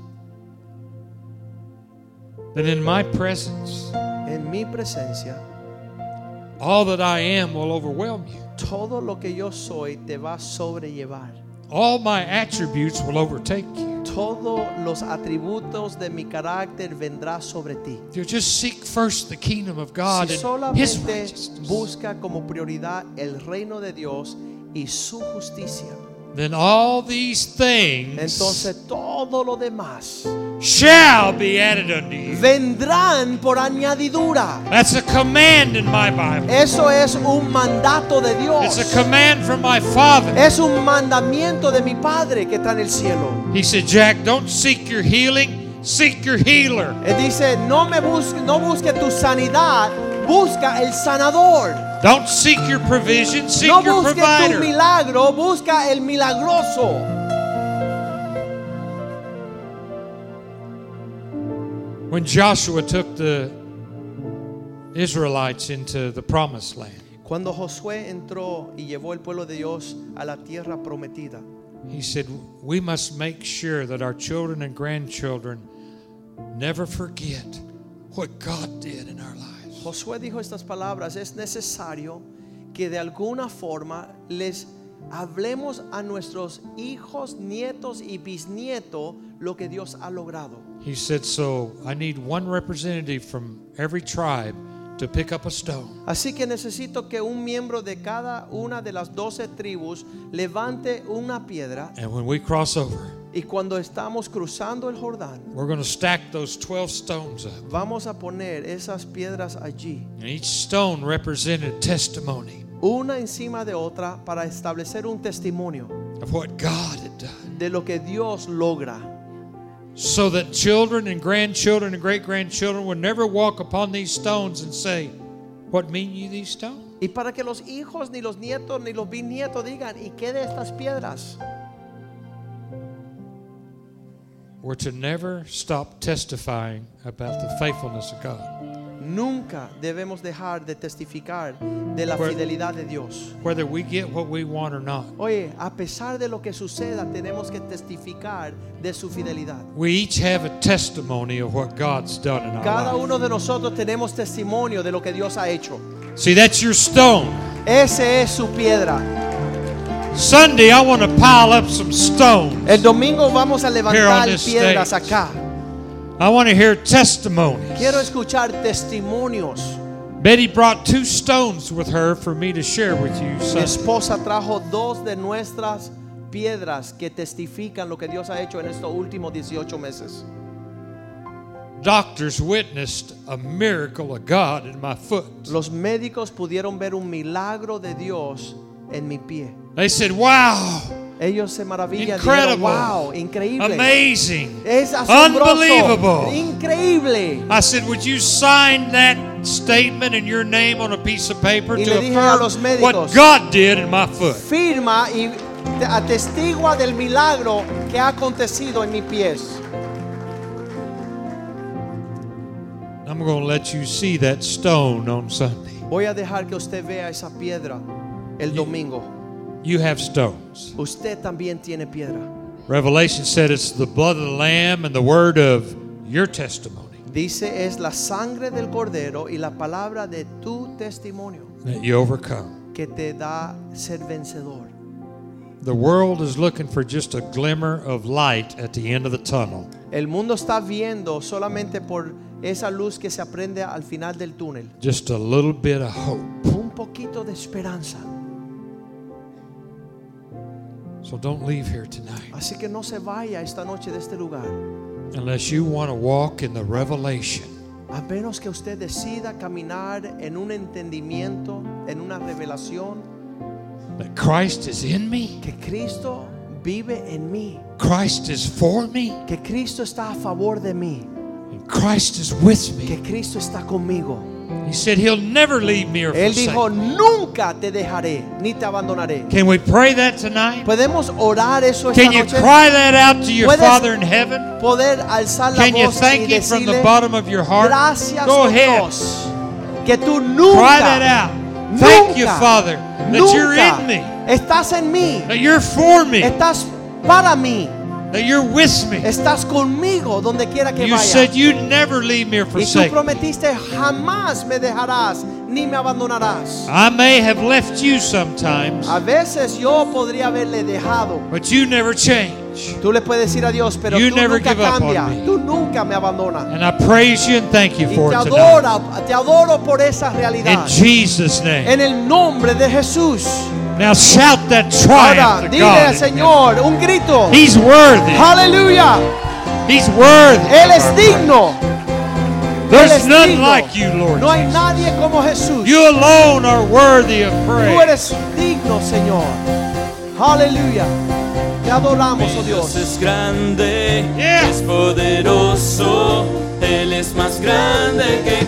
Speaker 3: then in my presence,
Speaker 2: en mi presencia,
Speaker 3: all that I am will overwhelm you.
Speaker 2: todo lo que yo soy te va a sobrellevar.
Speaker 3: All my attributes will overtake you.
Speaker 2: Todos los atributos de mi carácter vendrá sobre ti.
Speaker 3: If you'll just seek first the kingdom of God
Speaker 2: si
Speaker 3: and His
Speaker 2: solamente
Speaker 3: righteousness,
Speaker 2: busca como prioridad el reino de Dios y su justicia,
Speaker 3: then all these things
Speaker 2: entonces todo lo demás
Speaker 3: shall be added unto you.
Speaker 2: vendrán por añadidura.
Speaker 3: That's a command in my Bible.
Speaker 2: Eso es un mandato de Dios.
Speaker 3: It's a command from my Father.
Speaker 2: Es un mandamiento de mi Padre que está en el cielo.
Speaker 3: He said, Jack, don't seek your healing, seek your healer.
Speaker 2: Él dice, no me busque, no busque tu sanidad, busca el sanador.
Speaker 3: Don't seek your provision, seek
Speaker 2: No
Speaker 3: your
Speaker 2: busque tu
Speaker 3: provider.
Speaker 2: milagro, busca el milagroso.
Speaker 3: When Joshua took the Israelites into the promised land,
Speaker 2: Cuando Josué entró y llevó el pueblo de Dios a la tierra prometida,
Speaker 3: he said, We must make sure that our children and grandchildren never forget what God did in our lives.
Speaker 2: Josué dijo estas palabras, es necesario que de alguna forma les hablemos a nuestros hijos, nietos y bisnietos lo que Dios ha logrado.
Speaker 3: He said, So I need one representative from every tribe to pick up a stone.
Speaker 2: Así que necesito que un miembro de cada una de las doce tribus levante una piedra
Speaker 3: And when we cross over,
Speaker 2: y cuando estamos cruzando el Jordán,
Speaker 3: we're going to stack those 12 stones up.
Speaker 2: vamos a poner esas piedras allí.
Speaker 3: And each stone represented testimony
Speaker 2: una encima de otra para establecer un testimonio
Speaker 3: of what God had done.
Speaker 2: de lo que Dios logra,
Speaker 3: So that children and grandchildren and great grandchildren would never walk upon these stones and say, What mean you these stones?
Speaker 2: y para que los hijos, ni los nietos, ni los bisnietos digan, ¿y qué de estas piedras?
Speaker 3: we're to never stop testifying about the faithfulness of God,
Speaker 2: Nunca debemos dejar de testificar de la
Speaker 3: Bueno.
Speaker 2: fidelidad de Dios.
Speaker 3: whether we get what we want or not.
Speaker 2: Oye, a pesar de lo que suceda, tenemos que testificar de su fidelidad.
Speaker 3: We each have a testimony of what God's done in
Speaker 2: Cada
Speaker 3: our life.
Speaker 2: uno de nosotros tenemos testimonio de lo que Dios ha hecho.
Speaker 3: See, that's your stone.
Speaker 2: Ese es su piedra.
Speaker 3: Sunday, I want to pile up some stones.
Speaker 2: El domingo vamos a levantar
Speaker 3: Here on this
Speaker 2: piedras
Speaker 3: stage.
Speaker 2: acá.
Speaker 3: I want to hear testimonies.
Speaker 2: Quiero escuchar testimonios.
Speaker 3: Betty brought two stones with her for me to share with you
Speaker 2: Mi
Speaker 3: Sunday.
Speaker 2: esposa trajo dos de nuestras piedras que testifican lo que Dios ha hecho en estos últimos 18 meses.
Speaker 3: Doctors witnessed a miracle of God in my foot.
Speaker 2: Los médicos pudieron ver un milagro de Dios en mi pie.
Speaker 3: They said, Wow,
Speaker 2: Ellos se maravillan.
Speaker 3: Incredible.
Speaker 2: Dijeron, wow, increíble.
Speaker 3: amazing,
Speaker 2: Es asombroso.
Speaker 3: unbelievable.
Speaker 2: Increíble.
Speaker 3: I said, Would you sign that statement in your name on a piece of paper
Speaker 2: Y
Speaker 3: to
Speaker 2: le dije a
Speaker 3: affirm
Speaker 2: los médicos,
Speaker 3: what God did in my foot?
Speaker 2: Firma y te- atestigua del milagro que ha acontecido en mis pies.
Speaker 3: I'm going to let you see that stone on Sunday.
Speaker 2: Voy a dejar que usted vea esa piedra el domingo.
Speaker 3: You have stones.
Speaker 2: Usted también tiene piedra.
Speaker 3: Revelation said it's the blood of the Lamb and the word of your testimony
Speaker 2: Dice es la sangre del cordero y la palabra de tu testimonio
Speaker 3: that you overcome.
Speaker 2: que te da ser vencedor.
Speaker 3: The world is looking for just a glimmer of light at the end of the tunnel.
Speaker 2: El mundo está viendo solamente por esa luz que se aprende al final del túnel.
Speaker 3: Just a little bit of hope.
Speaker 2: Un poquito de esperanza.
Speaker 3: So don't leave here tonight
Speaker 2: Así que no se vaya esta noche de este lugar.
Speaker 3: unless you want to walk in the revelation
Speaker 2: A menos que usted decida caminar en un entendimiento, en una revelación,
Speaker 3: that Christ is in me,
Speaker 2: que Cristo vive en mí,
Speaker 3: Christ is for me,
Speaker 2: que Cristo está a favor de mí,
Speaker 3: and Christ is with me.
Speaker 2: que Cristo está conmigo.
Speaker 3: He said he'll never leave me or
Speaker 2: Él
Speaker 3: forsake.
Speaker 2: dijo,
Speaker 3: me.
Speaker 2: nunca te dejaré ni te abandonaré.
Speaker 3: Can we pray that tonight?
Speaker 2: ¿Podemos orar eso esta
Speaker 3: Can you
Speaker 2: noche?
Speaker 3: cry that out to your
Speaker 2: Puedes-
Speaker 3: Father in heaven?
Speaker 2: Poder alzar la
Speaker 3: Can you
Speaker 2: voz y
Speaker 3: thank him from the
Speaker 2: decirle,
Speaker 3: bottom of your heart?
Speaker 2: gracias
Speaker 3: Go
Speaker 2: oh
Speaker 3: ahead.
Speaker 2: Dios, que tú
Speaker 3: Cry that
Speaker 2: nunca,
Speaker 3: out. Thank you,
Speaker 2: nunca,
Speaker 3: Father, that you're in me,
Speaker 2: nunca estás en mí,
Speaker 3: that you're for me,
Speaker 2: estás para mí,
Speaker 3: that you're with me.
Speaker 2: estás conmigo donde quiera que
Speaker 3: You
Speaker 2: vaya.
Speaker 3: said you'd never leave me or
Speaker 2: Y tú
Speaker 3: forsake. me.
Speaker 2: prometiste jamás me dejarás ni me abandonarás.
Speaker 3: I may have left you sometimes,
Speaker 2: A veces yo podría haberle dejado.
Speaker 3: but you never change.
Speaker 2: Tú le puedes decir a Dios, pero
Speaker 3: You
Speaker 2: tú
Speaker 3: never
Speaker 2: nunca
Speaker 3: give up on
Speaker 2: cambia,
Speaker 3: me.
Speaker 2: tú nunca me abandonas.
Speaker 3: And I praise you and thank you
Speaker 2: Y
Speaker 3: for
Speaker 2: te
Speaker 3: it tonight.
Speaker 2: adoro, te adoro por esa
Speaker 3: In
Speaker 2: realidad.
Speaker 3: Jesus' name.
Speaker 2: En el nombre de Jesús.
Speaker 3: Now shout that
Speaker 2: Ahora,
Speaker 3: triumph to
Speaker 2: dile al
Speaker 3: God.
Speaker 2: Señor un grito.
Speaker 3: He's worthy.
Speaker 2: Aleluya.
Speaker 3: He's worthy.
Speaker 2: Él es digno. Él es
Speaker 3: There's none
Speaker 2: digno.
Speaker 3: like you, Lord.
Speaker 2: No hay
Speaker 3: Jesus.
Speaker 2: nadie como Jesús.
Speaker 3: You alone are worthy of
Speaker 2: Tú
Speaker 3: praise.
Speaker 2: eres digno, Señor. Aleluya. Te adoramos, oh
Speaker 4: Dios
Speaker 2: Dios.
Speaker 4: es grande,
Speaker 3: Yeah.
Speaker 4: es poderoso, Él es más grande que